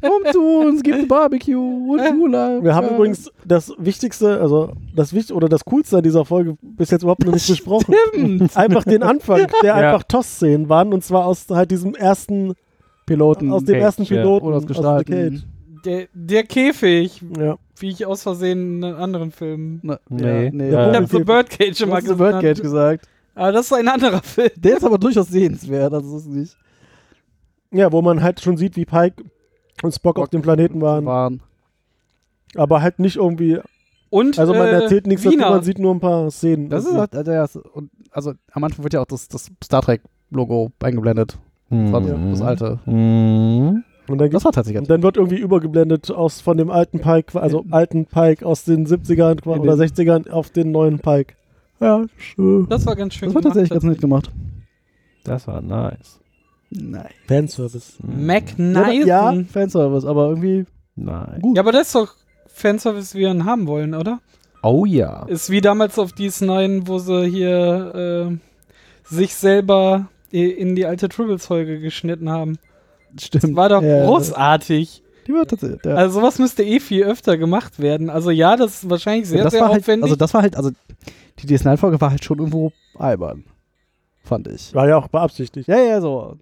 [SPEAKER 2] komm zu uns, gibt ein Barbecue und Gulasch.
[SPEAKER 4] Wir
[SPEAKER 5] Äh.
[SPEAKER 4] haben übrigens das Wichtigste, also das Wichtigste oder das Coolste an dieser Folge bis jetzt überhaupt noch nicht besprochen.
[SPEAKER 2] Stimmt.
[SPEAKER 4] Einfach den Anfang, der
[SPEAKER 6] Ja.
[SPEAKER 4] einfach Toss-Szenen waren und zwar aus halt diesem ersten,
[SPEAKER 2] Piloten.
[SPEAKER 4] aus dem
[SPEAKER 6] Cage,
[SPEAKER 4] ersten
[SPEAKER 6] ja.
[SPEAKER 4] Piloten.
[SPEAKER 2] Oder aus Gestalten.
[SPEAKER 5] Der, der
[SPEAKER 4] Aus
[SPEAKER 5] Käfig,
[SPEAKER 4] The Cage. Ja.
[SPEAKER 5] wie ich aus Versehen in einem anderen Film.
[SPEAKER 2] Na,
[SPEAKER 6] Nee.
[SPEAKER 2] Ja, nee.
[SPEAKER 4] Ja,
[SPEAKER 5] Ich
[SPEAKER 2] Ja.
[SPEAKER 4] wo-
[SPEAKER 5] hab The
[SPEAKER 4] Käfig.
[SPEAKER 5] Birdcage immer
[SPEAKER 2] Hast du
[SPEAKER 5] gesagt.
[SPEAKER 2] Birdgate gesagt.
[SPEAKER 5] Aber das ist ein anderer Film.
[SPEAKER 2] Der ist aber durchaus sehenswert, also das ist nicht.
[SPEAKER 4] ja, wo man halt schon sieht, wie Pike und Spock auf dem Planeten waren,
[SPEAKER 2] Waren.
[SPEAKER 4] aber halt nicht irgendwie,
[SPEAKER 5] Und
[SPEAKER 4] also man
[SPEAKER 5] äh,
[SPEAKER 4] erzählt nichts dazu,
[SPEAKER 5] Wiener.
[SPEAKER 4] man sieht nur ein paar Szenen.
[SPEAKER 2] Das ist halt, also, ja, so- und, also am Anfang wird ja auch das, das Star Trek Logo eingeblendet. Das,
[SPEAKER 6] Hm.
[SPEAKER 2] war das alte.
[SPEAKER 6] Mhm.
[SPEAKER 4] und dann
[SPEAKER 2] Das
[SPEAKER 4] gibt's
[SPEAKER 2] war tatsächlich
[SPEAKER 4] und dann wird irgendwie übergeblendet aus von dem alten Pike, also alten Pike aus den 70ern qua-
[SPEAKER 2] In
[SPEAKER 4] oder
[SPEAKER 2] den-
[SPEAKER 4] 60ern auf den neuen Pike.
[SPEAKER 2] ja, schön.
[SPEAKER 5] Das war ganz schön.
[SPEAKER 2] Das war tatsächlich ganz
[SPEAKER 5] gemacht.
[SPEAKER 2] nett gemacht.
[SPEAKER 6] Das war nice.
[SPEAKER 2] Nein.
[SPEAKER 4] Fanservice.
[SPEAKER 5] Mac
[SPEAKER 2] Ja,
[SPEAKER 5] Nyson.
[SPEAKER 2] Fanservice, aber irgendwie
[SPEAKER 6] Nein.
[SPEAKER 2] gut.
[SPEAKER 5] Ja, aber das ist doch Fanservice, wie wir ihn haben wollen, oder?
[SPEAKER 6] Oh ja.
[SPEAKER 5] Ist wie damals auf DS9, wo sie hier äh, sich selber i- in die alte Tribbles-Folge geschnitten haben. Das
[SPEAKER 2] Stimmt.
[SPEAKER 5] war doch
[SPEAKER 2] Ja,
[SPEAKER 5] großartig.
[SPEAKER 2] Die war tatsächlich, ja.
[SPEAKER 5] Also sowas müsste eh viel öfter gemacht werden. Also ja, das ist wahrscheinlich sehr,
[SPEAKER 2] das
[SPEAKER 5] sehr
[SPEAKER 2] war halt,
[SPEAKER 5] aufwendig.
[SPEAKER 2] also das war halt, also die DS9-Folge war halt schon irgendwo albern, fand ich.
[SPEAKER 4] War ja auch beabsichtigt.
[SPEAKER 2] Ja, ja, so.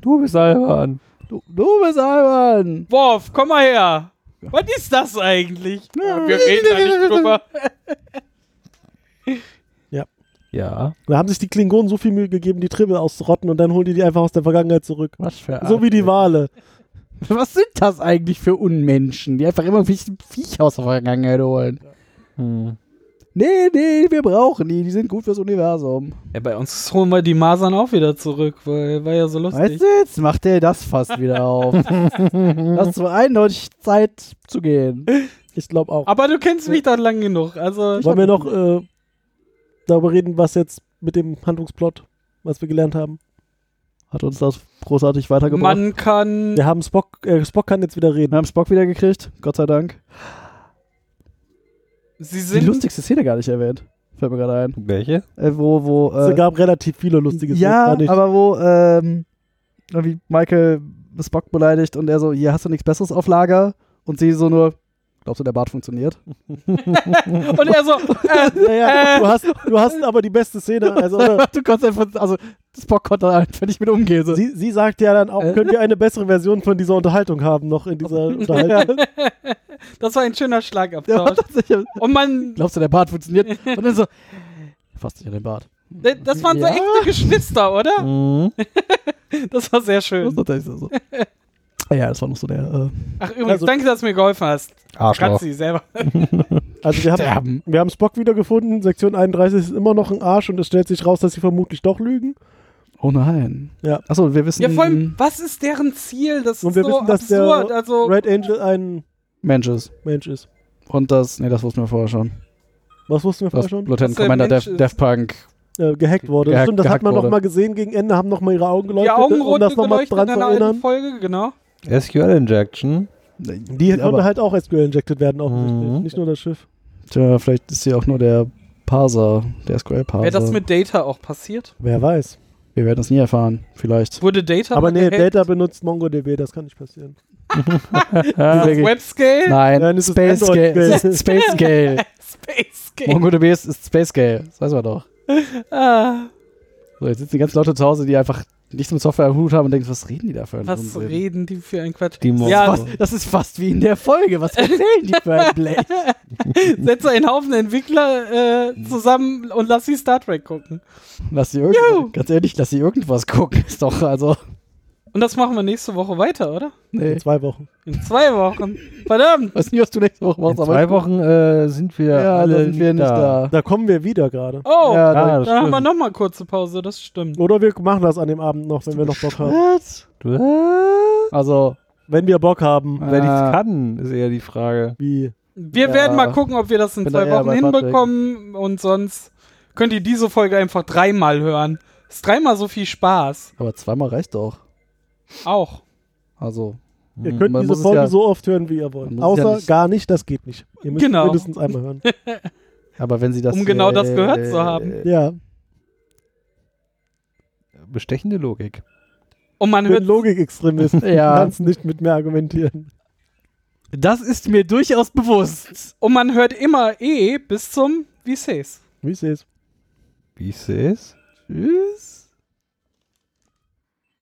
[SPEAKER 6] Du bist albern.
[SPEAKER 2] Du, du bist albern.
[SPEAKER 5] Worf, komm mal her. Was ist das eigentlich? wir reden da nicht drüber.
[SPEAKER 6] Ja.
[SPEAKER 4] Da haben sich die Klingonen so viel Mühe gegeben, die Tribble auszurotten und dann holen die die einfach aus der Vergangenheit zurück.
[SPEAKER 2] Was für
[SPEAKER 4] So wie die Wale.
[SPEAKER 2] Was sind das eigentlich für Unmenschen, die einfach immer Viech, Viech aus der Vergangenheit holen?
[SPEAKER 6] Hm.
[SPEAKER 2] Nee, nee, wir brauchen die. Die sind gut fürs Universum.
[SPEAKER 5] Ja, bei uns holen wir die Masern auch wieder zurück, weil war ja so lustig.
[SPEAKER 2] Weißt du, jetzt macht der das fast wieder auf. das war eindeutig Zeit zu gehen.
[SPEAKER 4] Ich glaube auch.
[SPEAKER 5] Aber du kennst mich dann lang genug. Also
[SPEAKER 4] Wollen wir noch äh, darüber reden, was jetzt mit dem Handlungsplot, was wir gelernt haben?
[SPEAKER 2] Hat uns das großartig weitergebracht.
[SPEAKER 5] man kann
[SPEAKER 4] Wir haben Spock, äh, Spock kann jetzt wieder
[SPEAKER 2] Wir
[SPEAKER 4] reden.
[SPEAKER 2] haben Spock wieder gekriegt, Gott sei Dank.
[SPEAKER 5] sie
[SPEAKER 2] Die
[SPEAKER 5] sind
[SPEAKER 2] lustigste Szene gar nicht erwähnt. Fällt mir gerade ein.
[SPEAKER 6] Welche?
[SPEAKER 2] Äh, wo, wo.
[SPEAKER 4] es
[SPEAKER 2] Äh,
[SPEAKER 4] gab relativ viele lustige Szenen,
[SPEAKER 2] ja,
[SPEAKER 4] fand ich.
[SPEAKER 2] aber wo ähm, irgendwie Michael Spock beleidigt und er so, hier hast du nichts Besseres auf Lager und sie so nur, glaubst du, der Bart funktioniert?
[SPEAKER 5] und er so
[SPEAKER 4] Ja,
[SPEAKER 5] äh,
[SPEAKER 4] ja, du, hast, du hast aber die beste Szene. Also, oder?
[SPEAKER 2] du konntest einfach, also Spock konnte halt einfach nicht mit umgehen. So.
[SPEAKER 4] sie, sie sagt ja dann auch,
[SPEAKER 2] Äh?
[SPEAKER 4] können wir eine bessere Version von dieser Unterhaltung haben, noch in dieser Unterhaltung.
[SPEAKER 5] das war ein schöner
[SPEAKER 2] Der war
[SPEAKER 5] Schlagabtausch.
[SPEAKER 2] tatsächlich,
[SPEAKER 5] Und man
[SPEAKER 2] glaubst du, der Bart funktioniert? Und dann so, fass dich an den Bart.
[SPEAKER 5] das waren so
[SPEAKER 2] Ja.
[SPEAKER 5] echte Geschwister, oder?
[SPEAKER 6] Mhm.
[SPEAKER 5] Das war sehr
[SPEAKER 2] Das
[SPEAKER 4] Also,
[SPEAKER 5] schön.
[SPEAKER 2] war tatsächlich so. Ah Ja, das war noch so der.
[SPEAKER 5] Ach übrigens,
[SPEAKER 4] Also-
[SPEAKER 5] danke, dass du mir geholfen hast.
[SPEAKER 6] Arschloch.
[SPEAKER 5] Kratzi selber.
[SPEAKER 4] Also wir haben,
[SPEAKER 2] Äh,
[SPEAKER 4] wir haben Spock wiedergefunden, Sektion 31 ist immer noch ein Arsch und es stellt sich raus, dass sie vermutlich doch lügen.
[SPEAKER 2] oh nein.
[SPEAKER 4] Ja.
[SPEAKER 2] Achso, wir wissen,
[SPEAKER 5] Ja, vor allem, was ist deren Ziel? Das
[SPEAKER 4] Mhm. Und
[SPEAKER 5] ist
[SPEAKER 4] wir
[SPEAKER 5] so
[SPEAKER 4] wissen, dass der
[SPEAKER 5] absurd. also
[SPEAKER 4] Red Angel ein
[SPEAKER 2] Mensch ist.
[SPEAKER 4] Mensch ist.
[SPEAKER 2] Und das, nee, das wussten wir vorher schon.
[SPEAKER 4] Was wussten wir
[SPEAKER 2] Das
[SPEAKER 4] vorher schon?
[SPEAKER 2] Lieutenant
[SPEAKER 5] Dass der
[SPEAKER 2] Commander
[SPEAKER 5] Mensch
[SPEAKER 2] Def,
[SPEAKER 5] ist.
[SPEAKER 2] Def Punk
[SPEAKER 4] Äh, gehackt wurde.
[SPEAKER 2] Gehackt-
[SPEAKER 4] Stimmt, das hat
[SPEAKER 2] gehackt
[SPEAKER 4] man
[SPEAKER 2] wurde.
[SPEAKER 4] nochmal gesehen gegen Ende, haben nochmal ihre Augen
[SPEAKER 5] die
[SPEAKER 4] geleuchtet,
[SPEAKER 5] Augen
[SPEAKER 4] um das
[SPEAKER 5] rot
[SPEAKER 4] nochmal
[SPEAKER 5] geleuchtet in
[SPEAKER 4] dran zu
[SPEAKER 5] einer alten
[SPEAKER 4] erinnern.
[SPEAKER 5] Folge, genau.
[SPEAKER 6] SQL Injection.
[SPEAKER 4] Die
[SPEAKER 2] aber-
[SPEAKER 4] konnte halt auch SQL injected werden, offensichtlich.
[SPEAKER 6] Mhm.
[SPEAKER 4] Nicht nur das Schiff.
[SPEAKER 2] Tja, vielleicht ist hier auch nur der Parser, der SQL-Parser.
[SPEAKER 4] Also
[SPEAKER 5] Wäre das mit Data auch passiert?
[SPEAKER 4] Wer weiß.
[SPEAKER 2] Wir werden das nie erfahren, vielleicht.
[SPEAKER 5] Wurde Data
[SPEAKER 4] Aber nee,
[SPEAKER 5] gehackt?
[SPEAKER 4] Data benutzt MongoDB, das kann nicht passieren.
[SPEAKER 5] Äh, Webscale?
[SPEAKER 2] Nein,
[SPEAKER 4] Nein, es ist
[SPEAKER 2] Space Scale.
[SPEAKER 4] Android
[SPEAKER 2] Es ist Space Scale.
[SPEAKER 5] Space Scale.
[SPEAKER 2] MongoDB ist, ist Space Scale. Das weiß man doch.
[SPEAKER 5] Ah,
[SPEAKER 2] So, jetzt sitzen die ganzen Leute zu Hause, die einfach nichts mit Software am Hut haben und denken, was reden die da für einen
[SPEAKER 5] was
[SPEAKER 2] Unsinn?
[SPEAKER 5] reden die für ein Quatsch?
[SPEAKER 6] Die Mo-
[SPEAKER 5] ja,
[SPEAKER 2] Was, das ist fast wie in der Folge. Was erzählen die für ein Blech?
[SPEAKER 5] setze einen Haufen Entwickler äh, zusammen und lass sie Star Trek gucken.
[SPEAKER 2] Lass sie irgendwas,
[SPEAKER 5] Juhu.
[SPEAKER 2] ganz ehrlich, lass sie irgendwas gucken. Ist doch, also,
[SPEAKER 5] Und das machen wir nächste Woche weiter, oder?
[SPEAKER 2] nee.
[SPEAKER 4] In zwei Wochen.
[SPEAKER 5] In zwei Wochen. Verdammt!
[SPEAKER 2] Weiß nicht, was du nächste Woche
[SPEAKER 6] In
[SPEAKER 2] machst, aber
[SPEAKER 6] zwei Wochen äh, sind wir
[SPEAKER 2] Ja,
[SPEAKER 6] alle
[SPEAKER 2] da sind wir nicht da.
[SPEAKER 4] Da kommen wir wieder gerade.
[SPEAKER 5] Oh,
[SPEAKER 2] Ja,
[SPEAKER 6] Ah,
[SPEAKER 2] da-
[SPEAKER 6] das
[SPEAKER 5] dann haben wir
[SPEAKER 6] stimmt.
[SPEAKER 5] nochmal kurze Pause, das stimmt.
[SPEAKER 4] Oder wir machen das an dem Abend noch, wenn wir noch Bock haben.
[SPEAKER 2] Was?
[SPEAKER 6] Du-
[SPEAKER 2] Also,
[SPEAKER 4] Wenn wir Bock haben.
[SPEAKER 6] Wenn
[SPEAKER 2] Ah.
[SPEAKER 6] ich's kann, ist eher die Frage.
[SPEAKER 4] Wie?
[SPEAKER 5] Wir
[SPEAKER 2] Ja.
[SPEAKER 5] werden mal gucken, ob wir das in
[SPEAKER 2] Bin da
[SPEAKER 5] zwei
[SPEAKER 2] eher
[SPEAKER 5] Wochen
[SPEAKER 2] bei Patrick.
[SPEAKER 5] hinbekommen und sonst könnt ihr diese Folge einfach dreimal hören. Ist dreimal so viel Spaß.
[SPEAKER 2] aber zweimal reicht doch.
[SPEAKER 5] Auch.
[SPEAKER 2] Also,
[SPEAKER 4] Ihr könnt
[SPEAKER 2] man
[SPEAKER 4] diese
[SPEAKER 2] muss es
[SPEAKER 4] Folge
[SPEAKER 2] ja-
[SPEAKER 4] so oft hören, wie ihr
[SPEAKER 2] Man
[SPEAKER 4] wollt.
[SPEAKER 2] muss es ja
[SPEAKER 4] Außer
[SPEAKER 2] nicht-
[SPEAKER 4] gar nicht, das geht nicht. Ihr müsst
[SPEAKER 5] Genau.
[SPEAKER 4] mindestens einmal hören.
[SPEAKER 2] aber wenn sie das. äh,
[SPEAKER 5] Um genau das gehört zu haben.
[SPEAKER 4] Ja,
[SPEAKER 6] Bestechende Logik.
[SPEAKER 5] Und man
[SPEAKER 4] ich bin
[SPEAKER 5] hört.
[SPEAKER 4] Logikextremist.
[SPEAKER 2] Ja.
[SPEAKER 4] Du kannst nicht mit mir argumentieren.
[SPEAKER 2] Das ist mir durchaus bewusst.
[SPEAKER 5] Und man hört immer eh bis zum, wie seh's.
[SPEAKER 4] Wie ich seh's.
[SPEAKER 6] Wie ich seh's?
[SPEAKER 2] Tschüss.